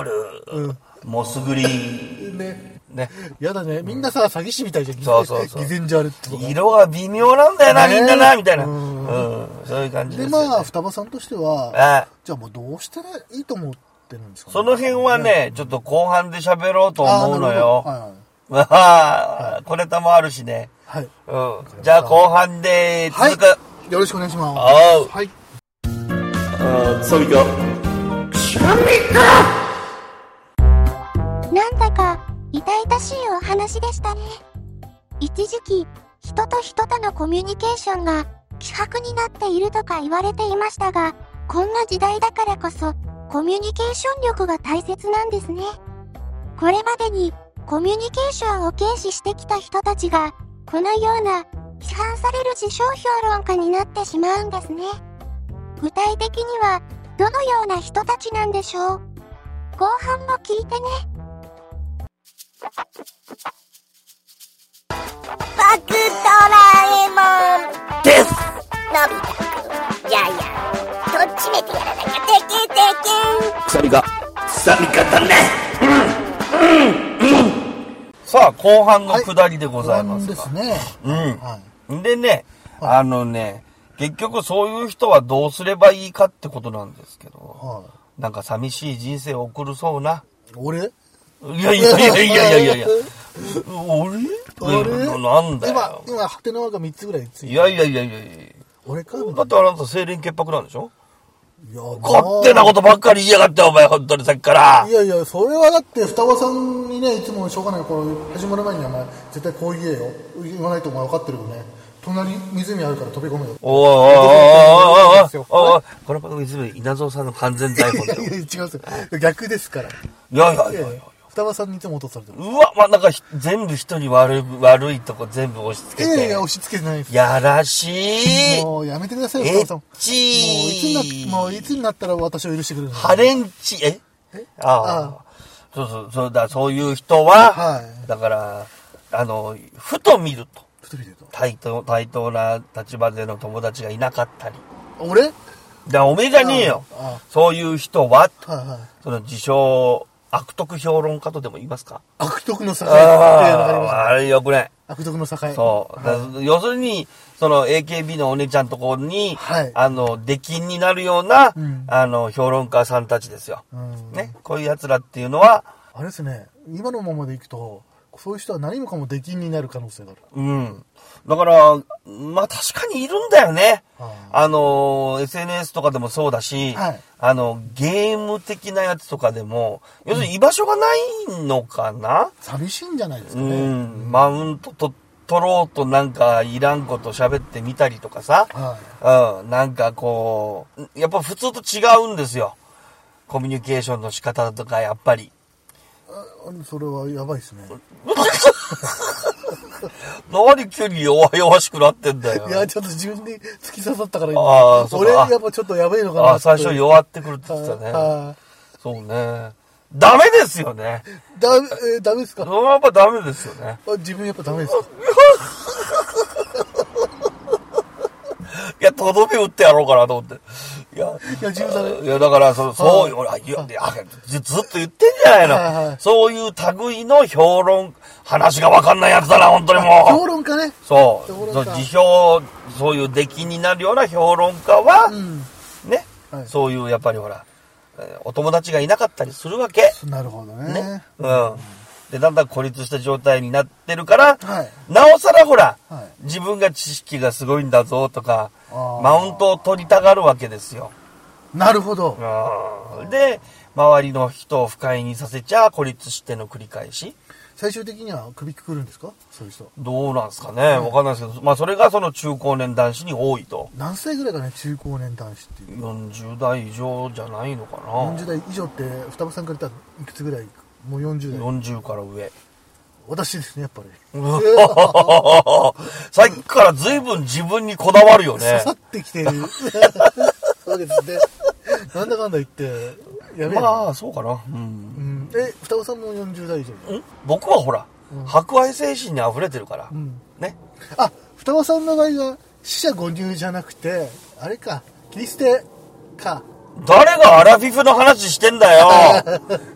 Speaker 2: うん
Speaker 1: ル、モスグリーン。
Speaker 2: ね。
Speaker 1: ね。
Speaker 2: 嫌だね。みんなさ、詐欺師みたいじゃん。
Speaker 1: そうそうそう
Speaker 2: 偽善者あるってことか。
Speaker 1: 色が微妙なんだよな、
Speaker 2: ね
Speaker 1: みんなな、みたいな。
Speaker 2: う
Speaker 1: うんん。そういう感じで
Speaker 2: で、
Speaker 1: す
Speaker 2: ま
Speaker 1: よ、
Speaker 2: あ、双葉さんとしては、
Speaker 1: ああ
Speaker 2: じゃあもうどうしたらいいと思ってるんですかね
Speaker 1: その辺はね、ちょっと後半で喋ろうと思うの
Speaker 2: あ
Speaker 1: よ。
Speaker 2: ーなる
Speaker 1: ま (laughs) あ、これたもあるしね。
Speaker 2: ほどはいはい。
Speaker 1: うん。じゃあ後半で
Speaker 2: はい。
Speaker 1: 続く。
Speaker 2: はい。よろしくお願いします。
Speaker 1: おう
Speaker 2: はい。
Speaker 1: あー、サビか。
Speaker 3: なんだか、痛々しいお話でしたね。一時期、人と人とのコミュニケーションが、希薄になっているとか言われていましたが、こんな時代だからこそ、コミュニケーション力が大切なんですね。これまでに、コミュニケーションを軽視してきた人たちが、このような、批判される自称評論家になってしまうんですね。具体的には、どのような人たちなんでしょう後半も聞いてね。
Speaker 4: パクドラえもん
Speaker 1: です
Speaker 4: のび太くんやいやとっちめてやらなきゃでけでけ
Speaker 1: サビか。サビかだねさあ、後半の下りでございます
Speaker 2: で
Speaker 1: が。
Speaker 2: すね。
Speaker 1: うん。
Speaker 2: は
Speaker 1: でね、あのね、結局そういう人はどうすればいいかってことなんですけ
Speaker 2: い。
Speaker 1: ど、
Speaker 2: は
Speaker 1: なんか寂しい人生を送るそうな。
Speaker 2: い。俺
Speaker 1: いやいやいやいやいやいやい
Speaker 2: (laughs)
Speaker 1: や。俺
Speaker 2: 俺
Speaker 1: うんなんだ
Speaker 2: 今
Speaker 1: よ、。
Speaker 2: 今、ハテナワが3つぐらいつい
Speaker 1: い
Speaker 2: て
Speaker 1: やいやいやいやい
Speaker 2: 俺か
Speaker 1: や。だってあなた清廉潔白なんでしょ
Speaker 2: いやまあ
Speaker 1: 勝手なことばっかり言いやがってお前本当にさっきから
Speaker 2: い。やいや、それはだって、双葉さんにね、いつもしょうがない、こう、始まる前にお前、絶対こう言えよ。言わないとお前分かってるよね。隣、湖あるから飛び込めよ。
Speaker 1: おいおいおいおいおいおいおいおいこの番組ずいぶん稲造さんの完全台本
Speaker 2: いや
Speaker 1: だ
Speaker 2: (laughs) い
Speaker 1: よ。
Speaker 2: や、
Speaker 1: い
Speaker 2: 違うんですよ。逆ですから。
Speaker 1: やいや
Speaker 2: い
Speaker 1: いや
Speaker 2: や
Speaker 1: い
Speaker 2: いや
Speaker 1: や。
Speaker 2: 双葉さんにいつも落とされてる。
Speaker 1: うわ、まあ、なんかひ全部人に悪い、悪いとこ全部押し付
Speaker 2: い
Speaker 1: け
Speaker 2: やいや
Speaker 1: て。
Speaker 2: いや、押し付けてないです。
Speaker 1: やらしい。
Speaker 2: もうやめてくださいよ、
Speaker 1: エ
Speaker 2: 双葉さん。
Speaker 1: ッ
Speaker 2: も
Speaker 1: チ
Speaker 2: ういつに
Speaker 1: ー。
Speaker 2: な、もういつになったら私を許してくれるの
Speaker 1: ハレンチ、えああ。そうそう、そうだ、そういう人は、
Speaker 2: はい
Speaker 1: だから、あの、ふと見ると、
Speaker 2: 一人でと。
Speaker 1: 対等、対等な立場での友達がいなかったり。
Speaker 2: 俺はい
Speaker 1: だからおめえじゃねえよ
Speaker 2: ああ。
Speaker 1: そういう人は、
Speaker 2: はい。
Speaker 1: その自称、悪徳評論家とでも言いますか
Speaker 2: 悪徳の境っていうの
Speaker 1: あ
Speaker 2: があります
Speaker 1: あ、あれよくない。
Speaker 2: ね。悪徳の境。
Speaker 1: そう。だ
Speaker 2: は
Speaker 1: 要するに、その AKB のお姉ちゃんとこに、
Speaker 2: はい
Speaker 1: あの、出禁になるような、
Speaker 2: うん
Speaker 1: あの、評論家さんたちですよ。
Speaker 2: いうん
Speaker 1: ね。こういう奴らっていうのは、
Speaker 2: あれですね、今のままでいくと、そういう人は何もかも出禁になる可能性がある。
Speaker 1: うん。だから、まあ確かにいるんだよね。
Speaker 2: あ
Speaker 1: あの、SNS とかでもそうだし、
Speaker 2: はい
Speaker 1: あの、ゲーム的なやつとかでも、要するに居場所がないのかな、
Speaker 2: 寂しいんじゃないです
Speaker 1: う
Speaker 2: か
Speaker 1: ん、
Speaker 2: ね。
Speaker 1: マウントと取ろうとなんかいらんこと喋ってみたりとかさ、
Speaker 2: は
Speaker 1: うん、なんかこう、やっぱ普通と違うんですよ。コミュニケーションの仕方とか、やっぱり。
Speaker 2: い。それはやばいですね。
Speaker 1: 何急に弱々しくなってんだよ。
Speaker 2: いや、ちょっと自分で突き刺さったから
Speaker 1: あーそう
Speaker 2: 俺、
Speaker 1: か
Speaker 2: やっぱちょっとやばいのかな
Speaker 1: あ、最初
Speaker 2: っ
Speaker 1: 弱ってくるって
Speaker 2: て
Speaker 1: 言ってたね。
Speaker 2: は
Speaker 1: そうね。ダメですよね。
Speaker 2: いだ、えーダメです
Speaker 1: そ
Speaker 2: か
Speaker 1: のままダメですよね。
Speaker 2: あ自分やっぱダメですか
Speaker 1: いや、とどめ打ってやろうかなと思って。いや、
Speaker 2: いや、自分ダメ。
Speaker 1: いや、だから、そそう、
Speaker 2: は
Speaker 1: 俺、いや、いやずずっと言ってんじゃ
Speaker 2: は
Speaker 1: ないい
Speaker 2: はい
Speaker 1: の。そういう類の評論、話がわかんないやつだな、本当にも
Speaker 2: 評
Speaker 1: う。
Speaker 2: 論家ね。
Speaker 1: そう。
Speaker 2: 評論
Speaker 1: そ
Speaker 2: 家
Speaker 1: う辞表、そういう出禁になるような評論家は、
Speaker 2: うん。
Speaker 1: ね
Speaker 2: はい、
Speaker 1: そういう、やっぱりほら、えーお友達がいなかったりするわけ。
Speaker 2: そうなるほどね
Speaker 1: ね。うん。で、だんだん孤立した状態になってるから、
Speaker 2: はい
Speaker 1: なおさらほら、
Speaker 2: はい
Speaker 1: 自分が知識がすごいんだぞとか
Speaker 2: あ、ー
Speaker 1: マウントを取りたがるわけですよ。
Speaker 2: なるほど、
Speaker 1: うんで、周りの人を不快にさせちゃ孤立しての繰り返し。
Speaker 2: 最終的には首くくるんですかそういう人
Speaker 1: どうなんですかねわかんないですけど、まあそれがその中高年男子に多いと。
Speaker 2: 何歳ぐらいかね中高年男子っていう
Speaker 1: 40代以上じゃないのか
Speaker 2: 40
Speaker 1: な
Speaker 2: 代以上って双葉さんから言ったらいくつぐらいもう40代
Speaker 1: ?40 から上。
Speaker 2: 私ですねやっぱり
Speaker 1: (laughs) さっきから随分自分にこだわるよ
Speaker 2: 刺
Speaker 1: ね
Speaker 2: さ。ってき
Speaker 1: (laughs)
Speaker 2: てるわけですねなんだかんだ言ってやべえな、
Speaker 1: まあ、そうかな。うん。
Speaker 2: うん、え双子さんも40代以上
Speaker 1: ん僕はほら、博愛精神に溢れてるから。
Speaker 2: ん
Speaker 1: ね。
Speaker 2: あ双子さんの場合は死者誤入じゃなくてあれか切り捨てか
Speaker 1: 誰がアラフィフの話してん
Speaker 2: (laughs)
Speaker 1: だよ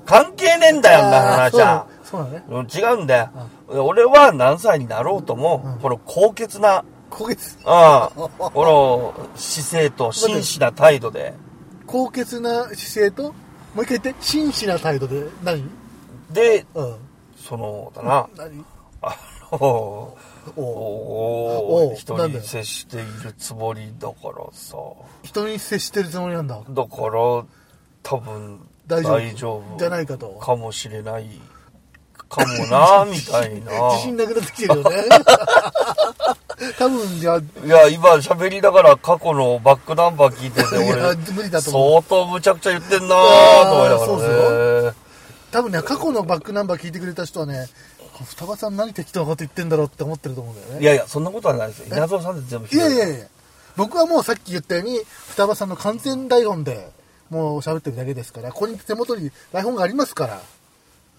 Speaker 1: 関係ねえんだよ、あんな話
Speaker 2: あーそう
Speaker 1: は
Speaker 2: だ。そうだね
Speaker 1: うん違うんだよ。俺は何歳になろうとも、この高潔な、
Speaker 2: 高潔 (laughs)
Speaker 1: ああ、この姿勢と真摯な態度で。
Speaker 2: 高潔な姿勢ともう一回言って真摯な態度で何
Speaker 1: で、
Speaker 2: うん
Speaker 1: その、だ
Speaker 2: (laughs)
Speaker 1: な、
Speaker 2: 何
Speaker 1: あの、
Speaker 2: おお
Speaker 1: お
Speaker 2: お
Speaker 1: お
Speaker 2: う
Speaker 1: 人
Speaker 2: なんだ
Speaker 1: に
Speaker 2: よ
Speaker 1: 接しているつもりだからさ。
Speaker 2: 人に接してるつもりなんだ
Speaker 1: だから、多分、
Speaker 2: 大
Speaker 1: 大
Speaker 2: 丈夫
Speaker 1: 丈夫。
Speaker 2: じゃないかと
Speaker 1: かもしれない。かもな、みたいな。
Speaker 2: (laughs) 自信なくなってきてるよね
Speaker 1: (laughs)
Speaker 2: 多分じゃあ
Speaker 1: いや、今喋りながら過去のバックナンバー聞いてて、
Speaker 2: いや
Speaker 1: 俺、
Speaker 2: 無理だと思
Speaker 1: 相当むちゃくちゃ言ってんなーと思いながらね。
Speaker 2: 多分ね過去のバックナンバー聞いてくれた人はね双葉さん何適当なこと言ってんだろうって思ってると思うんだよね
Speaker 1: いやいや、そんなことはないですよ。稲造さんって全部
Speaker 2: いやいや
Speaker 1: い
Speaker 2: いや、僕はもうさっき言ったように、双葉さんの完全台本で、もう喋ってるだけですから、ここに手元に台本がありますから、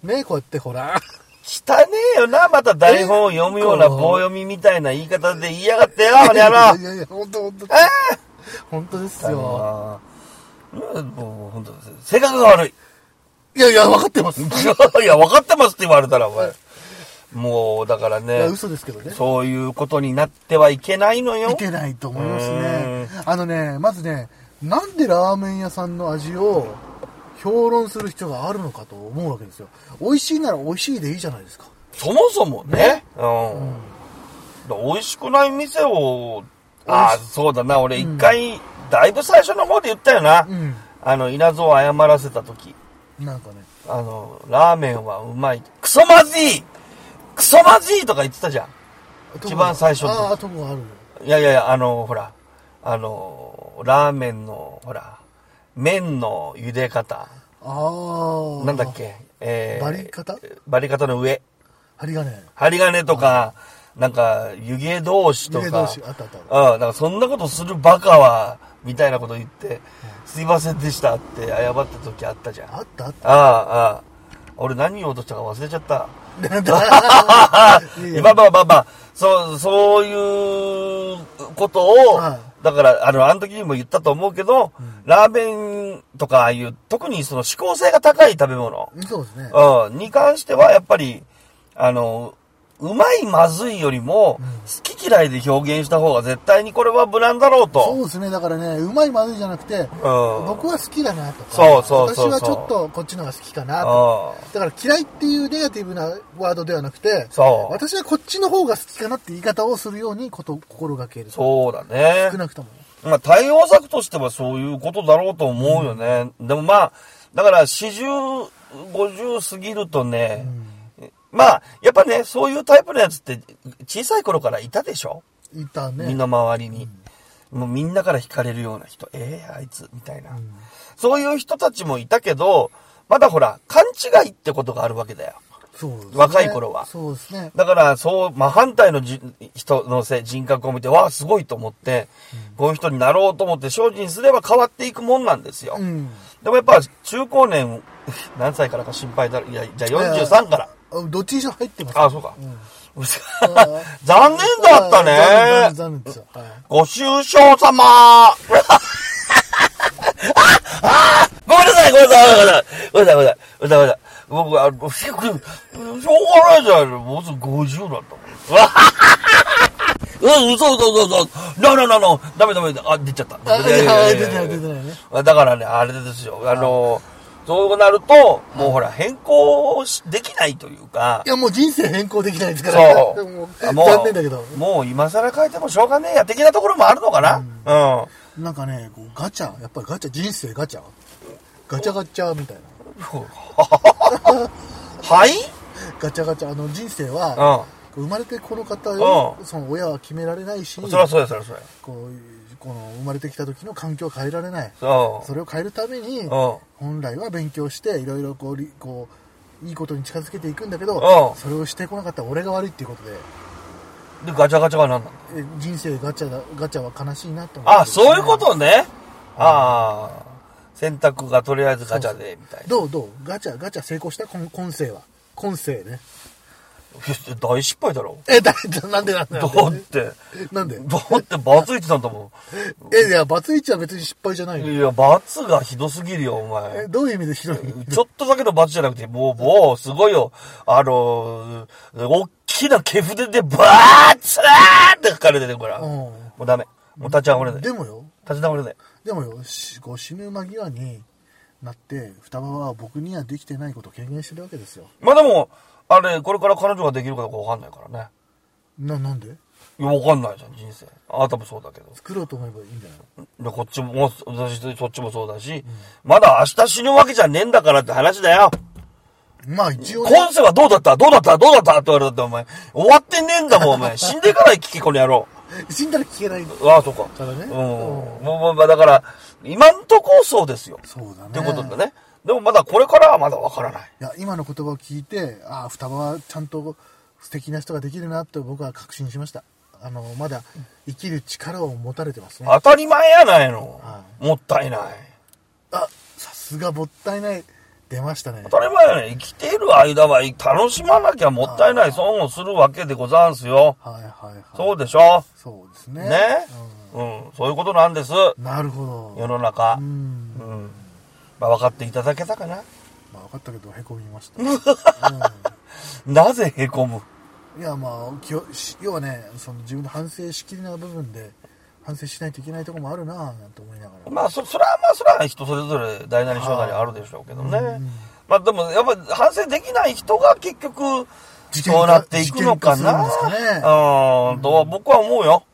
Speaker 2: ね、こうやってほら、
Speaker 1: 汚ねえよな、また台本を読むような
Speaker 2: え
Speaker 1: 棒読みみたいな言い方で言いやがってよ、あ
Speaker 2: い
Speaker 1: れや
Speaker 2: やい
Speaker 1: ろ。
Speaker 2: やいや、本当本当
Speaker 1: え
Speaker 2: 本当です
Speaker 1: え
Speaker 2: よ。
Speaker 1: もう、もう本当です性格が悪い。 (laughs)
Speaker 2: いやいや、分かってます。い
Speaker 1: いや、分かってますって言われたら、お前。もう、だからね
Speaker 2: や、、嘘ですけどね。
Speaker 1: そういうことになってはいけないのよ
Speaker 2: い。けないと思います
Speaker 1: う
Speaker 2: ね。あのね、まずね、なんでラーメン屋さんの味を評論する必要があるのかと思うわけですよ。美味しいなら美味しいでいいじゃないですか。
Speaker 1: そもそもね、うん。だから美味しくない店を、ああ、そうだな、俺一回、だいぶ最初の方で言ったよな。
Speaker 2: うん。
Speaker 1: あの、稲造を謝らせた時。
Speaker 2: なんかね、
Speaker 1: あの、ラーメンはうまい。クソまずいクソまずいとか言ってたじゃん。一番最初の
Speaker 2: ああ、とこがあるよ。
Speaker 1: いやいやいや、あの、ほら、あの、ラーメンの、ほら、麺の茹で方。
Speaker 2: ああ。
Speaker 1: なんだっけえ
Speaker 2: バリ方
Speaker 1: バリ方の上。
Speaker 2: 針金。
Speaker 1: 針金とか、なんか、湯気同士と
Speaker 2: 湯気
Speaker 1: か
Speaker 2: 同。士あったあった
Speaker 1: うん、なんかそんなことするバカは、みたいなこと言って、すいませんでしたって謝った時あったじゃん。
Speaker 2: あったあっ
Speaker 1: ああ、ああ。俺何言おうとしたか忘れちゃった。 (laughs)
Speaker 2: た。なんだ (laughs) いや
Speaker 1: まあまあまあまあ、そう、そういうことを、
Speaker 2: は
Speaker 1: だから、あの、あの時にも言ったと思うけど、ラーメンとかああいう、特にその指向性が高い食べ物、
Speaker 2: そうですね。
Speaker 1: うん、に関しては、やっぱり、あの、うまい、まずいよりも、好き嫌いで表現した方が絶対にこれは無難だろうと。
Speaker 2: そうですね。だからね、うまいまずいじゃなくて、僕は好きだなとか、
Speaker 1: そうそうそうそう
Speaker 2: 私はちょっとこっちの方が好きかなと
Speaker 1: うん。うん。
Speaker 2: だから嫌いっていうネガティブなワードではなくて、
Speaker 1: そう
Speaker 2: 私はこっちの方が好きかなって言い方をするようにことを心がける。
Speaker 1: そうだね
Speaker 2: 少。なくとも。
Speaker 1: まあ、対応策としてはそういうことだろうと思うよね。でもまあ、だから、四十、五十過ぎるとね、まあ、やっぱね、そういうタイプのやつって、小さい頃からいたでしょ、
Speaker 2: いたね。
Speaker 1: みんな周りに。もうみんなから惹かれるような人、ええあいつ、みたいな、そういう人たちもいたけど、まだほら、勘違いってことがあるわけだよ。
Speaker 2: そうですね
Speaker 1: 若い頃は
Speaker 2: そうですね。
Speaker 1: だから、そう、真反対のじ人のせい、人格を見て、わあ、すごいと思って、こういう人になろうと思って、精進すれば変わっていくもんなんですよ。
Speaker 2: うん。
Speaker 1: でもやっぱ、中高年、 (laughs) 何歳からか心配だろ。いや、じゃあ43から。
Speaker 2: あどっちにしろ入ってます。
Speaker 1: あ、そうか。
Speaker 2: あ
Speaker 1: (laughs) 残念だった
Speaker 2: 残念
Speaker 1: ね。
Speaker 2: 残念ですよ。はい
Speaker 1: ご愁傷様 (laughs) ああごめんなさい、ごめんなさい、ごめんなさい、ごめんなさい、ごめんなさい。僕、あの、しょうがないじゃないもうすぐ50だったもん。うん、そうそうそうそう。No, no, no, no. ダメダメダメ。あ、出ちゃった。
Speaker 2: あ
Speaker 1: いやいやい
Speaker 2: 出
Speaker 1: や
Speaker 2: て
Speaker 1: いや
Speaker 2: ない出てないね
Speaker 1: だからね、あれですよ。あの、そうなると、もうほら、変更しできないというか
Speaker 2: い、や、もう人生変更できないですから、
Speaker 1: そ (laughs)
Speaker 2: もう
Speaker 1: う。
Speaker 2: 残念だけど。
Speaker 1: もう今更変えてもしょうがねえや、的なところもあるのかな。
Speaker 2: なんかね、こうガチャ、やっぱりガチャ、人生ガチャガチャガチャみたいな。
Speaker 1: うん。はい
Speaker 2: ガチャガチャ、あの人生は、
Speaker 1: う
Speaker 2: 生まれてこの方を、
Speaker 1: うん
Speaker 2: その親は決められないし、
Speaker 1: ん。そりゃそうや、そりゃそうや。
Speaker 2: こうこの生まれてきた時の環境を変えられない。
Speaker 1: そ
Speaker 2: それを変えるために、
Speaker 1: う。うん。
Speaker 2: 本来は勉強していろいろこうりこういいことに近づけていくんだけど、
Speaker 1: うん
Speaker 2: それをしてこなかったら俺が悪いっていうことで
Speaker 1: で、ガチャガチャが何なの
Speaker 2: え人生ガチャだガチャは悲しいなと思って
Speaker 1: あ、そういうことね。ああ。選択がとりあえずガチャで、みたいな。
Speaker 2: どうどうガチャガチャ成功した今今世は今世ね
Speaker 1: いや大失敗だろ。
Speaker 2: えだ (laughs) なんでなんで
Speaker 1: だって、
Speaker 2: なんで
Speaker 1: だってバツイチなんだも
Speaker 2: えいやバツイチは別に失敗じゃない
Speaker 1: ん。
Speaker 2: よ
Speaker 1: いや、バツがひどすぎるよ、お
Speaker 2: え
Speaker 1: 前。
Speaker 2: どういう意味でひどい
Speaker 1: ちょっとだけのバツじゃなくて、もう、もう、すごいよ。あのー、大きな毛筆でバーツーって書かれてるから。
Speaker 2: うん
Speaker 1: もうダメ。もう立ち上がれない。
Speaker 2: で
Speaker 1: 立
Speaker 2: もよ
Speaker 1: ち上がれない。
Speaker 2: でもよしこう死ぬ間際になって双葉は僕にはできてないことを軽減してるわけですよ
Speaker 1: まあでも、あれ、これから彼女ができるかどうかわかんないからね。
Speaker 2: ななんで
Speaker 1: いや、わかんないじゃん、人生。あなたもそうだけど。
Speaker 2: 作ろうと思えばいいんじゃないの
Speaker 1: でこっちも、もう私そっちもそうだし、まだ明日死ぬわけじゃねえんだからって話だよ。
Speaker 2: まあ一応ね
Speaker 1: 今世はどうだったどうだったどうだったって言われたって、お前。終わってねえんだもん、お前。死んでから聞け、この野郎。
Speaker 2: 死んだら聞けないか
Speaker 1: ああ、そうか。う
Speaker 2: らね。
Speaker 1: ん。もう、もうまあだから、今んとこそうですよ。
Speaker 2: そうだね。
Speaker 1: ってことだ。ね。でもまだこれからはまだわからない。
Speaker 2: いや、今の言葉を聞いて、ああ、双葉はちゃんと素敵な人ができるなと僕は確信しました。あの、まだ生きる力を持たれてますね。
Speaker 1: 当たり前やないの
Speaker 2: は。
Speaker 1: もったいない。
Speaker 2: あ、さすがもったいない。出ましたね。
Speaker 1: 当たり前やね。生きている間は楽しまなきゃもったいない損をするわけでござんすよ。
Speaker 2: はいはいはい。
Speaker 1: そう
Speaker 2: で
Speaker 1: でしょ
Speaker 2: そうですね。
Speaker 1: ねうん。そういうことなんです。
Speaker 2: うんなるほ
Speaker 1: 世
Speaker 2: ど。
Speaker 1: の中。う。
Speaker 2: うんん。
Speaker 1: まあ分かっていただけたかな
Speaker 2: まあ分かったけど、へこみました。うん
Speaker 1: なぜ凹む
Speaker 2: いや、まあ、きよし要はね、その自分の反省しきりな部分で、反省しないといけないところもあるなぁ、なんて思いながら。
Speaker 1: まあそそれはまあそれは人それぞれ大なり小なりあるでしょうけどね、まあでもやっぱり反省できない人が結局
Speaker 2: 事件化
Speaker 1: そうなっていくのかな
Speaker 2: 事件化するんですかね
Speaker 1: うんとは僕は思うよ、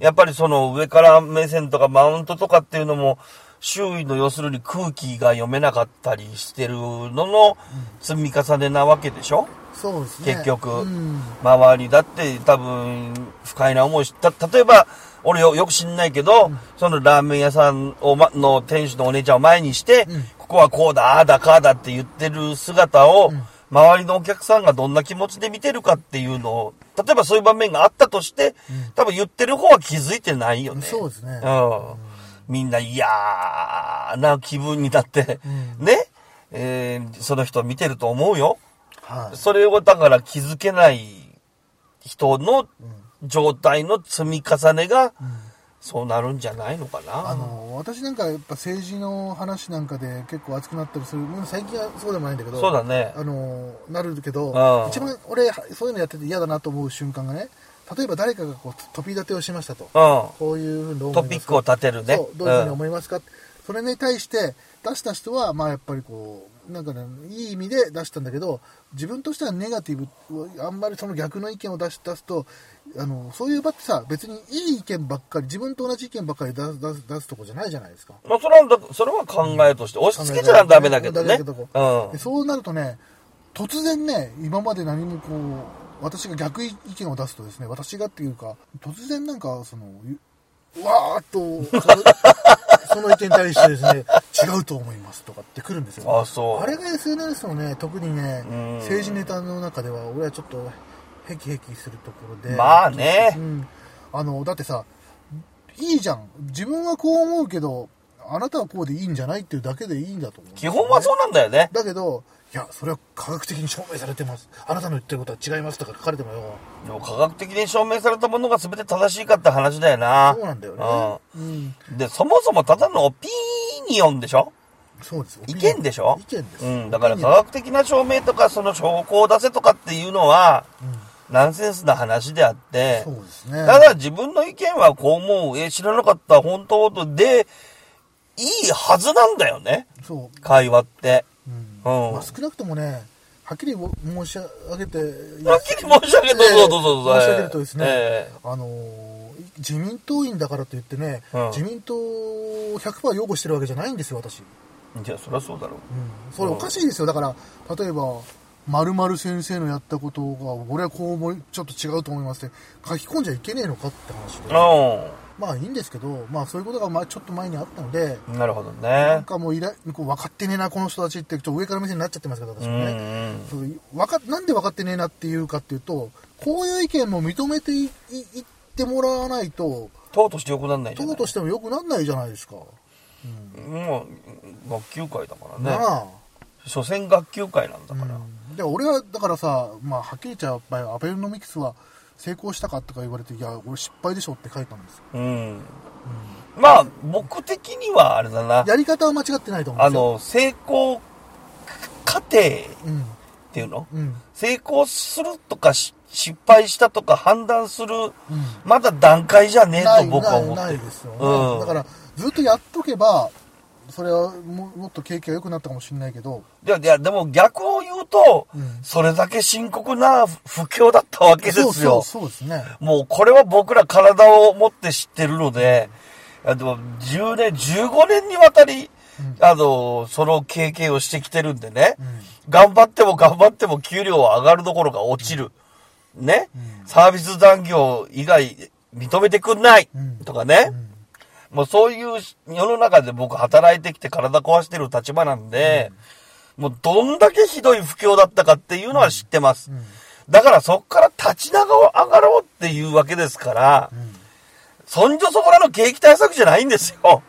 Speaker 1: やっぱりその上から目線とかマウントとかっていうのも周囲の要するに空気が読めなかったりしてるのの積み重ねなわけでしょ、
Speaker 2: そうですね。
Speaker 1: 結局、
Speaker 2: うん。
Speaker 1: 周りだって多分不快な思いした例えば俺よよく知んないけど、そのラーメン屋さんを、ま、の店主のお姉ちゃんを前にして、
Speaker 2: うん
Speaker 1: ここはこうだああだかあだって言ってる姿を、周りのお客さんがどんな気持ちで見てるかっていうのを例えばそういう場面があったとして、多分言ってる方は気づいてないよね。
Speaker 2: そうですね
Speaker 1: うんみんな嫌な気分になって、
Speaker 2: う
Speaker 1: ね、えーその人を見てると思うよ。
Speaker 2: はい。
Speaker 1: それをだから気づけない人の状態の積み重ねが、そうなるんじゃないのかな。
Speaker 2: あの、私なんかやっぱ政治の話なんかで結構熱くなったりする。もう最近はそうでもないんだけど。
Speaker 1: そうだね。
Speaker 2: あの、なるけど
Speaker 1: うん、
Speaker 2: 一番俺、そういうのやってて嫌だなと思う瞬間がね、例えば誰かがこう、飛び立てをしましたと。
Speaker 1: う。
Speaker 2: こういうふうにどうん思
Speaker 1: ト
Speaker 2: いま
Speaker 1: ピ
Speaker 2: すか
Speaker 1: ックを立てるね。
Speaker 2: そう、どういうふうに思いますか、それに対して出した人は、まあやっぱりこう、なんかね、いい意味で出したんだけど、自分としてはネガティブ、あんまりその逆の意見を出し出すと、あの、そういう場ってさ、別にいい意見ばっかり、自分と同じ意見ばっかり出す出す出すとこじゃないじゃないですか。
Speaker 1: うんまあ、それはだ、それは考えとして、押し付けちゃダメだけどね。
Speaker 2: ダメだけ
Speaker 1: う
Speaker 2: ど
Speaker 1: ん
Speaker 2: で。そうなるとね、突然ね、今まで何もこう、私が逆意見を出すとですね、私がっていうか、突然なんか、その、ゆうわーっと、 (laughs) そのその意見に対してですね、違うと思いますとかってくるんですよ。
Speaker 1: あ、そう。
Speaker 2: あれが SNS のね、特にね
Speaker 1: うん、
Speaker 2: 政治ネタの中では、俺はちょっと、ヘキヘキするところで。
Speaker 1: まあね
Speaker 2: うん。あの、だってさ、いいじゃん。自分はこう思うけど、あなたはこうでいいんじゃないっていうだけでいいんだと思う、
Speaker 1: 基本はそうなんだよね。
Speaker 2: だけど、いや、それは科学的に証明されてます。あなたの言ってることは違いますとか書かれてもよ。
Speaker 1: でも科学的に証明されたものが全て正しいかって話だよな。
Speaker 2: そうなんだよね。うん。
Speaker 1: うん。で、そもそもただのオピニオンでしょ
Speaker 2: そうです。
Speaker 1: 意見でしょ
Speaker 2: 意見です。
Speaker 1: うん、だから
Speaker 2: 意見
Speaker 1: 科学的な証明とかその証拠を出せとかっていうのは、
Speaker 2: うん
Speaker 1: ナンセンスな話であって、
Speaker 2: そうですね。
Speaker 1: ただ自分の意見はこう思う、え、知らなかった、本当とで、いいはずなんだよね、
Speaker 2: そ
Speaker 1: 会話って。
Speaker 2: う。うん。
Speaker 1: うん
Speaker 2: まあ、少なくともね、はっきりも申し上げて、
Speaker 1: (laughs) はっきり申し上げて、そうそうそうそう。
Speaker 2: 申し上げるとですね、
Speaker 1: ええ
Speaker 2: あのー自民党員だからといってね、
Speaker 1: うん
Speaker 2: 自民党を100%擁護してるわけじゃないんですよ、私。
Speaker 1: じゃあ、そりゃそうだろう。
Speaker 2: それおかしいですよ。だから、例えば、〇〇先生のやったことが、俺はこう思い、ちょっと違うと思いますって、書き込んじゃいけねえのかって話で。
Speaker 1: う
Speaker 2: まあいいんですけど、まあそういうことがまあちょっと前にあったので、
Speaker 1: ん。なるほど
Speaker 2: なん
Speaker 1: ね。
Speaker 2: かもういらこう分かってねえな、この人たちって、ちょっと上から目線になっちゃってますけど、私
Speaker 1: う
Speaker 2: もね。
Speaker 1: ん。
Speaker 2: そういうわかなんで分かってねえなっていうかっていうと、こういう意見も認めていいいってもらわないと、
Speaker 1: 党として良くなんないじゃな
Speaker 2: 党
Speaker 1: い
Speaker 2: としても良くなんないじゃないですか。
Speaker 1: もう、学級会だからね。
Speaker 2: なあ。
Speaker 1: 所詮学級会なんだから。
Speaker 2: で俺はだからさ、まあ、はっきり言っちゃう場合アベノミクスは成功したかとか言われていや俺失敗でしょって書いたんですよ
Speaker 1: うん。まあ、僕的にはあれだな。
Speaker 2: やり方は間違ってないと思う
Speaker 1: あ
Speaker 2: んですよ
Speaker 1: の、成功過程っ
Speaker 2: あの
Speaker 1: ていうの
Speaker 2: うんうん
Speaker 1: 成功するとかし失敗したとか判断する、
Speaker 2: うん
Speaker 1: まだ段階じゃねえ
Speaker 2: な
Speaker 1: と
Speaker 2: い
Speaker 1: 僕は思
Speaker 2: な
Speaker 1: っ
Speaker 2: いな
Speaker 1: て
Speaker 2: い
Speaker 1: る
Speaker 2: ですよ、ね
Speaker 1: うん
Speaker 2: だからずっとやっとけばそれはももっと景気が良くなったかもしれないけど
Speaker 1: いやいやでも逆を言うと、
Speaker 2: うん
Speaker 1: それだけ深刻な不況だったわけですよ
Speaker 2: そうそうそうですね
Speaker 1: もうこれは僕ら体を持って知ってるので、あの、10年、15年にわたり、あの、その経験をしてきてるんでね、頑張っても頑張っても給料は上がるどころか落ちる。ね、サービス残業以外認めてくんない、
Speaker 2: ん
Speaker 1: とかね、もうそういう世の中で僕働いてきて体壊してる立場なんで、もうどんだけひどい不況だったかっていうのは知ってます。だからそっから立ち上がろうっていうわけですから、そんじょそこらの景気対策じゃないんですよ。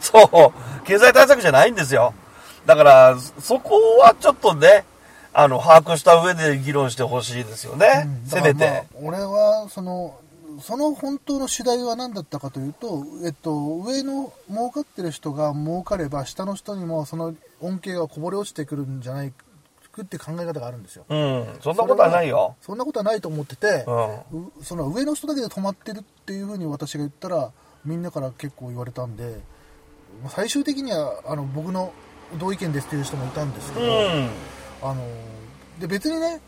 Speaker 2: そう
Speaker 1: (laughs) そう、経済対策じゃないんですよ。だから、そこはちょっとね、あの、把握した上で議論してほしいですよね。
Speaker 2: うん
Speaker 1: せめ
Speaker 2: だから
Speaker 1: て。
Speaker 2: まあ俺はそのその本当の主題は何だったかというと、えっと、上の儲かってる人が儲かれば下の人にもその恩恵がこぼれ落ちてくるんじゃないくって考え方があるんですよ
Speaker 1: うん、そんなことはないよ。
Speaker 2: そんなことはないと思ってて
Speaker 1: う、ん。
Speaker 2: うその上の人だけで止まってるっていうふうに私が言ったらみんなから結構言われたんでまあ最終的にはあの僕の同意見ですっていう人もいたんですけ
Speaker 1: う
Speaker 2: ど、
Speaker 1: ん。
Speaker 2: あので別にね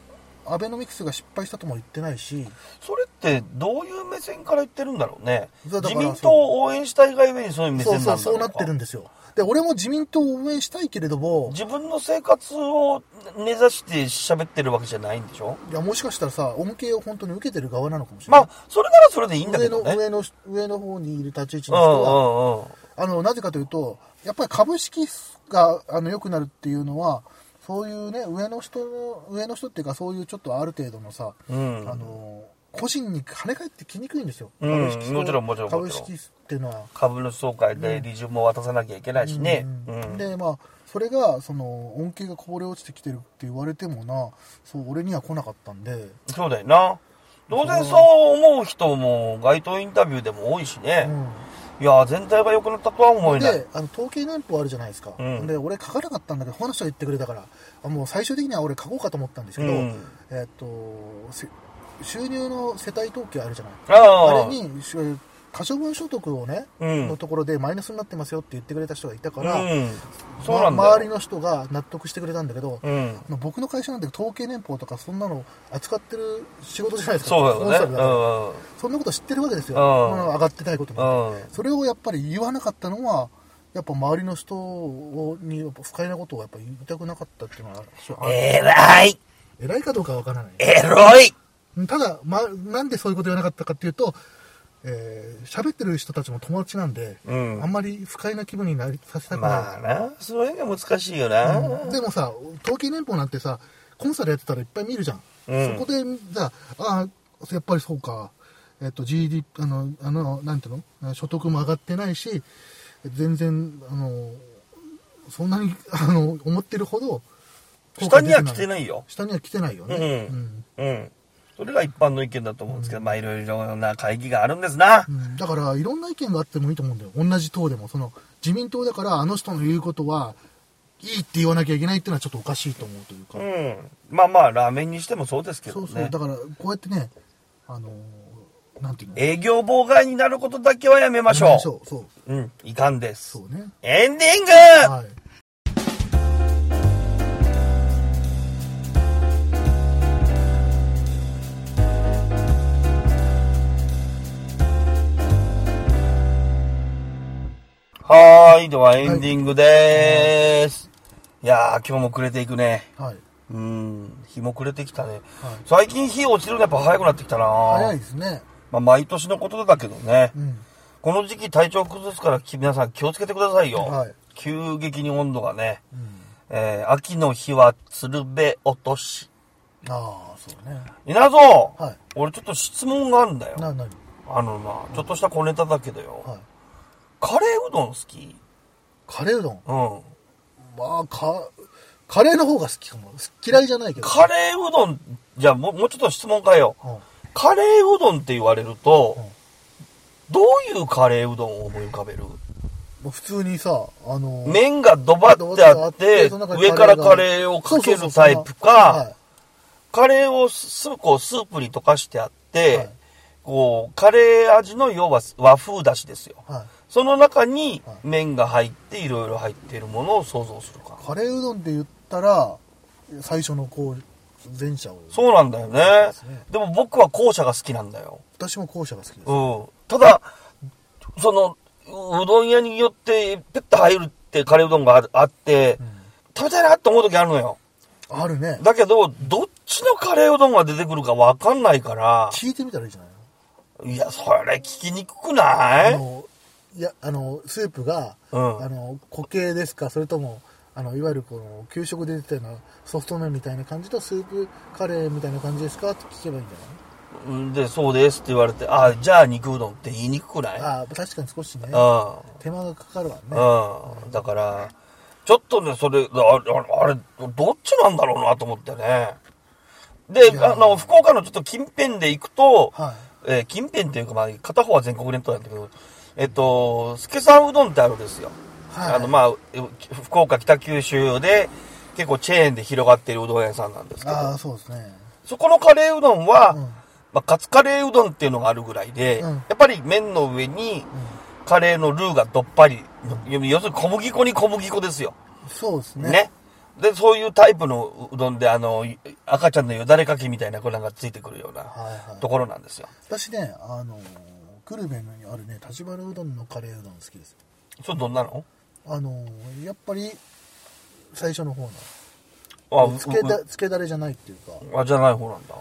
Speaker 2: アベノミクスが失敗したとも言ってないし、
Speaker 1: それってどういう目線から言ってるんだろうね。
Speaker 2: そうだ
Speaker 1: 自
Speaker 2: から
Speaker 1: 民党を応援したいがゆえにそういう目
Speaker 2: そ
Speaker 1: 線
Speaker 2: う
Speaker 1: なんだ
Speaker 2: そ
Speaker 1: ろ
Speaker 2: う、
Speaker 1: うか
Speaker 2: そうなってるんですよ。で、俺も自民党を応援したいけれども、
Speaker 1: 自分の生活を根ざして喋ってるわけじゃないんでしょ
Speaker 2: いや、もしかしたらさ、恩恵を本当に受けてる側なのかもしれ
Speaker 1: ま
Speaker 2: ない。
Speaker 1: あ、それならそれでいいんだけ
Speaker 2: 上
Speaker 1: ど
Speaker 2: の、
Speaker 1: ね。
Speaker 2: 上の、上の方にいる立ち位置
Speaker 1: う
Speaker 2: の
Speaker 1: ん
Speaker 2: 人は、
Speaker 1: うんうん。
Speaker 2: あの、なぜかというと、やっぱり株式が、あの、良くなるっていうのは、そういうね、上の人の、上の人っていうか、そういうちょっとある程度のさ、
Speaker 1: うん
Speaker 2: あの、個人に跳ね返ってきにくいんですよ。
Speaker 1: うん
Speaker 2: 株式と
Speaker 1: もちろんもちろんも
Speaker 2: 株
Speaker 1: ちろん
Speaker 2: 式っていうのは。
Speaker 1: 株主総会で利潤も渡さなきゃいけないしね。
Speaker 2: うん
Speaker 1: うん
Speaker 2: でまあそれがその恩恵がこぼれ落ちてきてるって言われてもなそう俺には来なかったんで、
Speaker 1: そうだよな。当然そう思う人も街頭インタビューでも多いし
Speaker 2: う
Speaker 1: ね。
Speaker 2: ん
Speaker 1: いや、全体が良くなったとは思えない
Speaker 2: で。あの統計年報あるじゃないですか、
Speaker 1: うん
Speaker 2: で俺書かなかったんだけど他の人が言ってくれたからあもう最終的には俺書こうかと思ったんですけど、
Speaker 1: うん
Speaker 2: えっとせ収入の世帯統計あるじゃない
Speaker 1: ああ
Speaker 2: あれにし可処分所得をね、
Speaker 1: うん
Speaker 2: のところでマイナスになってますよって言ってくれた人がいたから、
Speaker 1: うん。そうなんだ
Speaker 2: ま
Speaker 1: よ。
Speaker 2: 周りの人が納得してくれたんだけど、
Speaker 1: うん。
Speaker 2: まあ僕の会社なんて統計年俸とかそんなの扱ってる仕事じゃないですか
Speaker 1: そうだ
Speaker 2: コ
Speaker 1: よ
Speaker 2: ンサル
Speaker 1: ね。
Speaker 2: だか
Speaker 1: う
Speaker 2: ら
Speaker 1: んうん。
Speaker 2: そんなこと知ってるわけですよ、
Speaker 1: うん
Speaker 2: そんなの上がってないことも、
Speaker 1: うん
Speaker 2: それをやっぱり言わなかったのはやっぱ周りの人をにやっぱ不快なことをやっぱ言いたくなかったっていうのはある
Speaker 1: えらい
Speaker 2: 偉いかどうかはわからない
Speaker 1: エロい
Speaker 2: ただ、ま、なんでそういうこと言わなかったかっていうとえー喋ってる人たちも友達なんで、
Speaker 1: うん
Speaker 2: あんまり不快な気分になりさせたくない、
Speaker 1: まあな、そういうのが難しいよな。
Speaker 2: でもさ、統計年俸なんてさ、コンサルやってたらいっぱい見るじゃん。
Speaker 1: うん
Speaker 2: そこで、じゃあ、あーやっぱりそうか。えっと、GD、あの、あの、なんていうの所得も上がってないし、全然、あの、そんなに、あの、思ってるほど、
Speaker 1: 下には来てないよ。
Speaker 2: 下には来てないよね。
Speaker 1: うん。うん。それが一般の意見だと思うんですけど、まあいろいろな会議があるんですな
Speaker 2: う。んだから、いろんな意見があってもいいと思うんだよ。同じ党でも。その、自民党だから、あの人の言うことは、いいって言わなきゃいけないっていうのはちょっとおかしいと思うというか、
Speaker 1: うん。まあまあ、ラーメンにしてもそうですけど
Speaker 2: そ
Speaker 1: ね。
Speaker 2: うそう、だからこうやってねあのーなんていうの
Speaker 1: 営業妨害になることだけはやめまし
Speaker 2: や
Speaker 1: ょ
Speaker 2: め
Speaker 1: う。
Speaker 2: うそう
Speaker 1: うん、いかんです。
Speaker 2: そうね
Speaker 1: エンディング
Speaker 2: はい
Speaker 1: はーい、ではエンディングでーす。いやー、今日も暮れていくね。
Speaker 2: はい
Speaker 1: うん、日も暮れてきたね。
Speaker 2: はい
Speaker 1: 最近日落ちるのやっぱ早くなってきたな
Speaker 2: 早いですね
Speaker 1: まあ、毎年のことだけどね。
Speaker 2: うん
Speaker 1: この時期体調崩すからき皆さん気をつけてくださいよ。
Speaker 2: はい
Speaker 1: 急激に温度がね。
Speaker 2: うん
Speaker 1: えー秋の日は鶴瓶落とし。
Speaker 2: ああそうね
Speaker 1: 稲造、
Speaker 2: はい
Speaker 1: 俺ちょっと質問があるんだよ。
Speaker 2: な何
Speaker 1: あのな、ちょっとした小ネタだけどよ。
Speaker 2: はい
Speaker 1: カレーうどん好き
Speaker 2: カレーうどん
Speaker 1: うん。
Speaker 2: まあかカレーの方が好きかも嫌いじゃないけど
Speaker 1: カレーうどん、じゃあもうもうちょっと質問変えよう。
Speaker 2: うん
Speaker 1: カレーうどんって言われると、
Speaker 2: うん
Speaker 1: どういうカレーうどんを思い浮かべる
Speaker 2: まあ普通にさあのー
Speaker 1: 麺がドバってあって、
Speaker 2: その中に
Speaker 1: 上からカ
Speaker 2: が
Speaker 1: レーをかけ
Speaker 2: そうそう
Speaker 1: る
Speaker 2: そう
Speaker 1: タイプ
Speaker 2: は
Speaker 1: か、カレーをすこうスープに溶かしてあって、
Speaker 2: はい
Speaker 1: こう、カレー味の要は和風だしですよ。
Speaker 2: い、はい
Speaker 1: その中に
Speaker 2: はい
Speaker 1: 麺が入って、いろいろ入っているものを想像するか。
Speaker 2: カレーうどんって言ったら最初のこう前者を
Speaker 1: そうなんだよ
Speaker 2: そう
Speaker 1: ね
Speaker 2: ですね。
Speaker 1: でも僕は後者が好きなんだよ。
Speaker 2: 私も後者が好きです、
Speaker 1: うん。ただ、その、ううどん屋によって、ペッと入るってカレーうどんがあるあって、食べたいなって思う時あるのよ。
Speaker 2: あるね
Speaker 1: だけど、どっちのカレーうどんが出てくるかわかんないから、
Speaker 2: 聞いてみたらいいじゃないの
Speaker 1: いや、それ聞きにくくな
Speaker 2: あ
Speaker 1: い
Speaker 2: のいやあのスープが、
Speaker 1: うん
Speaker 2: あの固形ですかそれともあのいわゆるこの給食で出てたようなソフト麺みたいな感じとスープカレーみたいな感じですかって聞けばいいんじ
Speaker 1: うんで、そうですって言われて、あ、じゃあ肉うどんって言いにくくない
Speaker 2: ゃないああ確かに少しね
Speaker 1: うん。
Speaker 2: 手間がかかるわね
Speaker 1: うん。だから、ちょっとね、それ、あああれ、どっちなんだろうなと思ってね。で、
Speaker 2: いや
Speaker 1: あの、福岡のちょっと近辺で行くと、
Speaker 2: はい
Speaker 1: えー近辺っていうか、まあ、片方は全国連島なんだけど、えっと、助さんうどんってあるんですよ。
Speaker 2: はい
Speaker 1: あの、まあ、え福岡北九州で、結構チェーンで広がっているうどん屋さんなんですけど、
Speaker 2: ああそうですね
Speaker 1: そこのカレーうどんは、
Speaker 2: うん
Speaker 1: まあ、カツカレーうどんっていうのがあるぐらいで、
Speaker 2: うん
Speaker 1: やっぱり麺の上に、カレーのルーがどっぱり、要するに小麦粉に小麦粉ですよ。
Speaker 2: そうですね
Speaker 1: ね。で、そういうタイプのうどんで、あの、い赤ちゃんのよだれかけみたいな粉がついてくるような
Speaker 2: はいはい
Speaker 1: ところなんですよ。
Speaker 2: 私ねあの久留米にあるね立花うどんのカレーうどん好きですよ
Speaker 1: それどんなの
Speaker 2: あのやっぱり最初の方
Speaker 1: あ
Speaker 2: のつけだつけだれじゃないっていうか
Speaker 1: あ、じゃない方なんだ。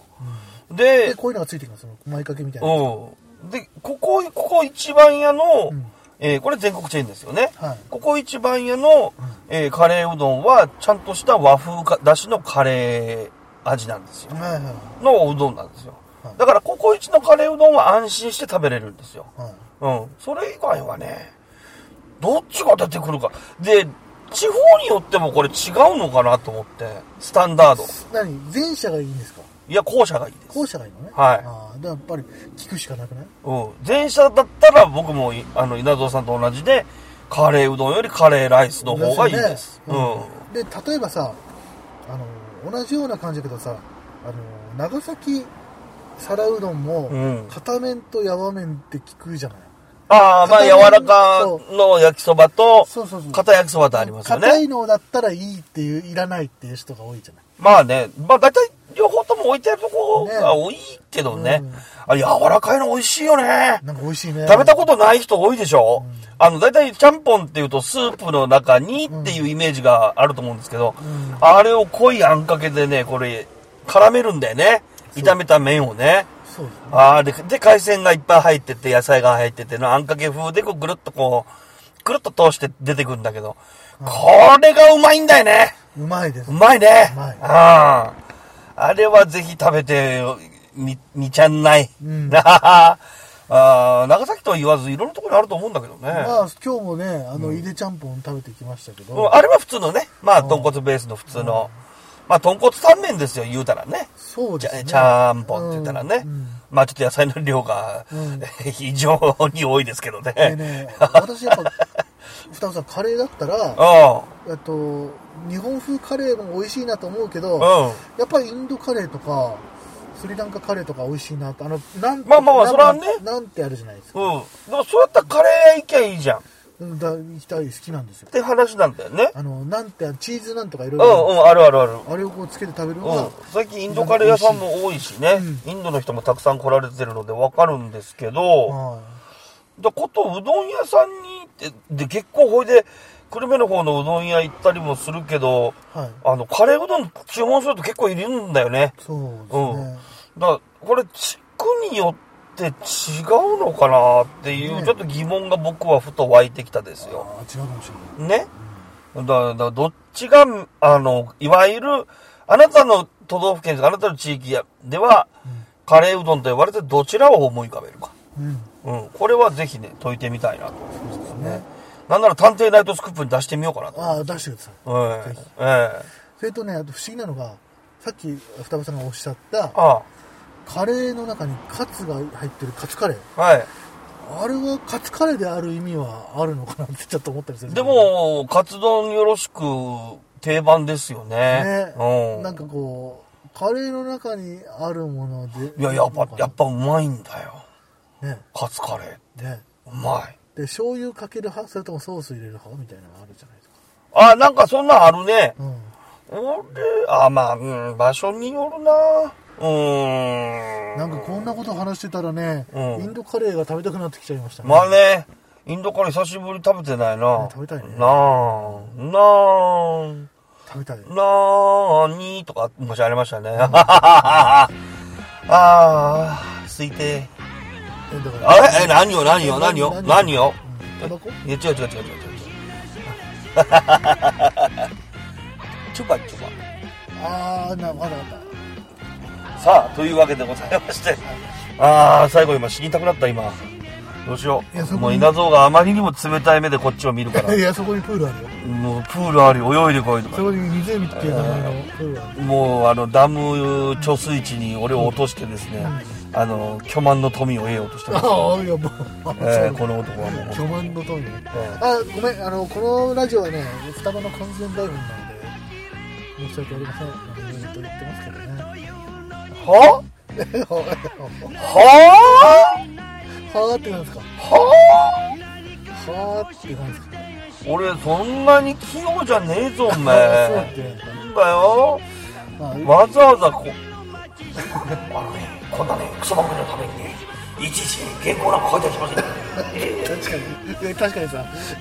Speaker 2: で
Speaker 1: で、
Speaker 2: こういうのがついてきますその前掛けみたいなやつ
Speaker 1: うん。で、ここ、ここ一番屋の、
Speaker 2: うん
Speaker 1: えーこれ全国チェーンですよね。
Speaker 2: はい
Speaker 1: ここ一番屋の、えーカレーうどんは、ちゃんとした和風かだしのカレー味なんですよ。
Speaker 2: はいはいはい
Speaker 1: のうどんなんですよ
Speaker 2: はい。
Speaker 1: だから、ここ一のカレーうどんは安心して食べれるんですよ。
Speaker 2: はい
Speaker 1: うん。それ以外はね、どっちが出てくるか。で、地方によってもこれ違うのかなと思って、スタンダード。
Speaker 2: 何前者がいいんですか
Speaker 1: いや、後者がいいです。
Speaker 2: 後者がいいのね
Speaker 1: はい
Speaker 2: ああでやっぱり聞くしかなくない
Speaker 1: うん。前者だったら僕もい、あの、稲造さんと同じで、カレーうどんよりカレーライスの方がいいです。
Speaker 2: 同
Speaker 1: うん。
Speaker 2: じよねうんで例えばさあの同じような感じだけどさあの長崎皿うどんも、
Speaker 1: うん
Speaker 2: 片面と柔麺って聞くじゃない
Speaker 1: ああ、まあ、柔らかの焼きそばと、
Speaker 2: そうそうそう
Speaker 1: 片焼きそばとありますよ
Speaker 2: 硬い
Speaker 1: ね。
Speaker 2: のだったらいいっていういらないっていう人が多いじゃない
Speaker 1: まあね、まあ大体両方とも置いてあるとこが多いけどね。
Speaker 2: ね
Speaker 1: あれ柔らかいの美味しいよね。
Speaker 2: なんか美味しいね
Speaker 1: 食べたことない人多いでしょ、
Speaker 2: うん
Speaker 1: あの、だいたいちゃんぽんっていうとスープの中にっていうイメージがあると思うんですけど、
Speaker 2: うん
Speaker 1: あれを濃いあんかけでね、これ、絡めるんだよね。
Speaker 2: そう
Speaker 1: 炒めた麺をね。
Speaker 2: そうですね
Speaker 1: あーで、で、海鮮がいっぱい入ってて、野菜が入ってての、あんかけ風でこうぐるっとこう、くるっと通して出てくるんだけど、これがうまいんだよね。
Speaker 2: うまいです
Speaker 1: うまいね。
Speaker 2: うまい
Speaker 1: ああ。あれはぜひ食べてみ、みちゃんない。
Speaker 2: うん
Speaker 1: (laughs) ああ、長崎とは言わず、いろんなところにあると思うんだけどね。
Speaker 2: まあ今日もねあの、ゆでちゃんぽん食べてきましたけど、
Speaker 1: うんあれは普通のね。まあ、豚骨ベースの普通の。まあ、豚骨三麺ですよ、言うたらね。
Speaker 2: そう
Speaker 1: ち
Speaker 2: です
Speaker 1: ゃ
Speaker 2: ね
Speaker 1: ちゃんぽんって言ったらね。
Speaker 2: うんうん
Speaker 1: まあ、ちょっと野菜の量が、 (laughs)
Speaker 2: うん
Speaker 1: 非常に多いですけどね。
Speaker 2: でね、私やっぱ双子さんカレーだったら
Speaker 1: あ
Speaker 2: えっと日本風カレーも美味しいなと思うけど、
Speaker 1: あ、うん。
Speaker 2: やっぱりインドカレーとかスリランカカレーとか美味しいなとあのなん
Speaker 1: まあまあまあ
Speaker 2: なん
Speaker 1: それはね
Speaker 2: なんてあるじゃないですか、
Speaker 1: うん。だからそうやったらカレー屋行きゃいいじゃん。っ
Speaker 2: うん、だ行きたい好きなんですよ
Speaker 1: て話なんだよね。
Speaker 2: あのなんてチーズなんとかいろい
Speaker 1: うん
Speaker 2: ろ
Speaker 1: うん、あるあるある。
Speaker 2: あれをこうつけて食べるの
Speaker 1: う
Speaker 2: が
Speaker 1: ん、最近インドカレー屋さんも多いしね、
Speaker 2: う
Speaker 1: インドの人もたくさん来られてるのでわかるんですけど、
Speaker 2: は
Speaker 1: でことうどん屋さんに行ってで結構ほいで久留米の方のうどん屋行ったりもするけど
Speaker 2: い、はい、
Speaker 1: あのカレーうどん注文すると結構いるんだよね
Speaker 2: そうですね、
Speaker 1: だからこれ地区によって違うのかなっていう、
Speaker 2: ね
Speaker 1: ちょっと疑問が僕はふと湧いてきたですよ
Speaker 2: ああ違うかもしれない
Speaker 1: ねだだからどっちがあのいわゆるあなたの都道府県とかあなたの地域やではカレーうどんと呼ばれてどちらを思い浮かべるか、
Speaker 2: うん、うん、
Speaker 1: うん、これはぜひね解いてみたいなと
Speaker 2: そうですね
Speaker 1: なんなら探偵ナイトスクープに出してみようかなと。
Speaker 2: ああ出してください
Speaker 1: え
Speaker 2: ぜひ
Speaker 1: えええ
Speaker 2: それとねあと不思議なのがさっき双葉さんがおっしゃった
Speaker 1: あ
Speaker 2: カレーの中にカツが入ってるカツカレー
Speaker 1: あ、はい。
Speaker 2: あれはカツカレーである意味はあるのかなってちょっと思ったりするん
Speaker 1: です
Speaker 2: けど
Speaker 1: も、カツ丼よろしく定番ですよね。
Speaker 2: ね
Speaker 1: うん。
Speaker 2: なんかこうカレーの中にあるもので
Speaker 1: いや、やっぱ、やっ
Speaker 2: ぱ
Speaker 1: ぱうまいんだよ。
Speaker 2: ね
Speaker 1: カツカレー。
Speaker 2: ね
Speaker 1: うまい。
Speaker 2: で醤油かける派それともソース入れる派みたいなのあるじゃないですか
Speaker 1: あ、なんかそんなんあるね。
Speaker 2: うん
Speaker 1: 俺、あ、まあ、うん、場所によるな。うーん。
Speaker 2: なんかこんなこと話してたらね、
Speaker 1: うん
Speaker 2: インドカレーが食べたくなってきちゃいましたね、
Speaker 1: まあね、インドカレー久しぶりに食べてないな。
Speaker 2: ね食べたいね
Speaker 1: なあ、なあ。
Speaker 2: 食べたい
Speaker 1: なーにーとか昔ありましたね。 (laughs) ああ、すいて。
Speaker 2: えだから
Speaker 1: あれえ、何よ何よ何よ何よ
Speaker 2: うんタバコ
Speaker 1: いや、違う違う違 (laughs) う違う違う。チュパチュパ。
Speaker 2: ああなわかったわかっ
Speaker 1: さあ、というわけでございまして。ああ、最後今死にたくなった今。どうしよ。
Speaker 2: いやそうこに
Speaker 1: もう稲造があまりにも冷たい目でこっちを見るか
Speaker 2: (laughs) たい
Speaker 1: ら。
Speaker 2: やそこにプールあるよ
Speaker 1: もうプールあり泳いでこいと
Speaker 2: そ
Speaker 1: か。
Speaker 2: こに湖っていう名前のプールある
Speaker 1: もうあのダム貯水池に俺を落としてですね、あの巨万の富を得ようとして
Speaker 2: (laughs)
Speaker 1: ます、
Speaker 2: (laughs) ああいやもう、
Speaker 1: えーこの男は
Speaker 2: (laughs)
Speaker 1: もう、
Speaker 2: 巨万の富ね
Speaker 1: え
Speaker 2: あごめんあのこのラジオはね双葉の完全台本なので申し訳ありませんあのずっと言ってますけどね
Speaker 1: ーは
Speaker 2: は
Speaker 1: (laughs) は (laughs)
Speaker 2: あってなんですか
Speaker 1: は
Speaker 2: はあってなんですか
Speaker 1: 俺そんなに器用じゃねえぞお前
Speaker 2: あ (laughs) そうってなんですか
Speaker 1: なんだよ
Speaker 2: まあ
Speaker 1: わざわざこあのねこんなねクソ番組のためにねいちいち原稿なんか書いたりしませんからねえ
Speaker 2: 確かにいや確かに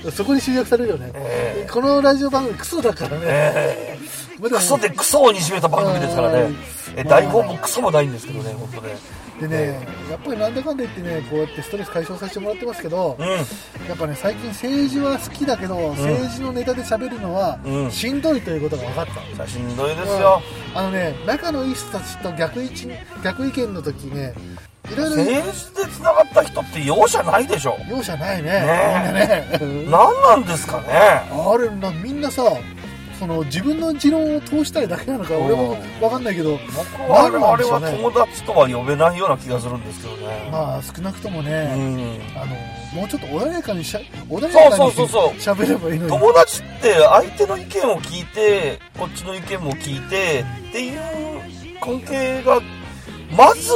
Speaker 2: さそこに集約されるよね、
Speaker 1: え
Speaker 2: このラジオ番組クソだからね、
Speaker 1: え
Speaker 2: まだ
Speaker 1: クソでクソをにしめた番組ですから
Speaker 2: は
Speaker 1: ね
Speaker 2: い
Speaker 1: え台本もクソもないんですけどね本当ね
Speaker 2: でねやっぱりなんだかんだ言ってねこうやってストレス解消させてもらってますけど、
Speaker 1: うん
Speaker 2: やっぱね最近政治は好きだけど、政治のネタで喋るのは、
Speaker 1: うん
Speaker 2: しんどいということが分かった
Speaker 1: さあしんどいですよ、
Speaker 2: うんあのね仲のいい人たちと逆位置逆意見の時ねいろいろ
Speaker 1: 政治でつながった人って容赦ないでしょ
Speaker 2: 容赦ないね
Speaker 1: ね
Speaker 2: みんな
Speaker 1: 何
Speaker 2: ね
Speaker 1: なんですかね
Speaker 2: あれなみんなさその自分の持論を通したいだけなのか俺も分かんないけど
Speaker 1: 僕はあれ
Speaker 2: 何なん
Speaker 1: あれ
Speaker 2: でしょう
Speaker 1: は
Speaker 2: ね
Speaker 1: 友達とは呼べないような気がするんですけどね、
Speaker 2: まあ少なくとも
Speaker 1: う
Speaker 2: ね、
Speaker 1: ん
Speaker 2: あのもうちょっと穏やかにしゃ穏やかに
Speaker 1: そうそうそうそう
Speaker 2: 喋ればいいのに
Speaker 1: 友達って相手の意見を聞いてこっちの意見も聞いてっていう関係がまず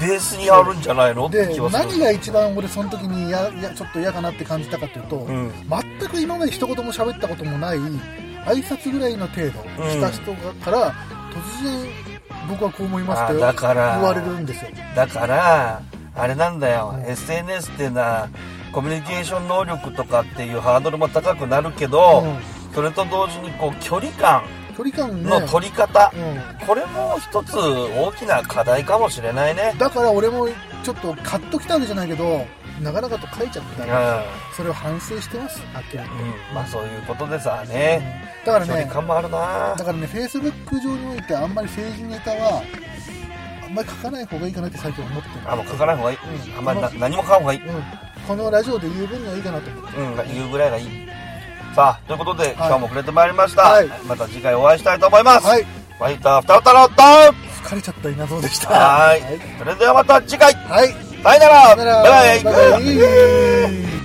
Speaker 1: ベースにあるんじゃないのって
Speaker 2: で
Speaker 1: 気はす
Speaker 2: 何
Speaker 1: る
Speaker 2: が一番俺その時にややちょっと嫌かなって感じたかというと、
Speaker 1: ん
Speaker 2: 全く今まで一言も喋ったこともない挨拶ぐらいの程度した人がから、突然僕はこう思いますって
Speaker 1: あだから
Speaker 2: 言われるんですよ
Speaker 1: だからあれなんだよ、
Speaker 2: うん
Speaker 1: SNS ってなコミュニケーション能力とかっていうハードルも高くなるけど、
Speaker 2: う
Speaker 1: それと同時にこう距離感
Speaker 2: 距離感ね
Speaker 1: の取り方、
Speaker 2: う
Speaker 1: これも一つ大きな課題かもしれないね
Speaker 2: ん、だから俺もちょっとカッときたわけじゃないけどなかなかと書いちゃっ
Speaker 1: う
Speaker 2: た
Speaker 1: ん、
Speaker 2: らそれを反省してますはっきり言って
Speaker 1: うんまあそういうことでさね、
Speaker 2: だから
Speaker 1: 距
Speaker 2: ね
Speaker 1: 離感もあるな
Speaker 2: だからね、フェイスブック上においてあんまり政治ネタは、あんまり書かない方がいいかなって最近思ってる。
Speaker 1: あもう書かない方がいい、
Speaker 2: うん
Speaker 1: あんまりな何も書かん方がいい、
Speaker 2: うん。このラジオで言う分にはいいかなと思って。
Speaker 1: うん、言うぐらいがいいさあということで、今日もくれてまいりました、
Speaker 2: はい
Speaker 1: また次回お会いしたいと思います、
Speaker 2: はい。
Speaker 1: ファイターふたふたのダウン
Speaker 2: 疲れちゃった稲造でした。
Speaker 1: はーいそれではまた次回
Speaker 2: はい。
Speaker 1: さよなら
Speaker 2: さよなら
Speaker 1: バイバイ
Speaker 2: バイバイ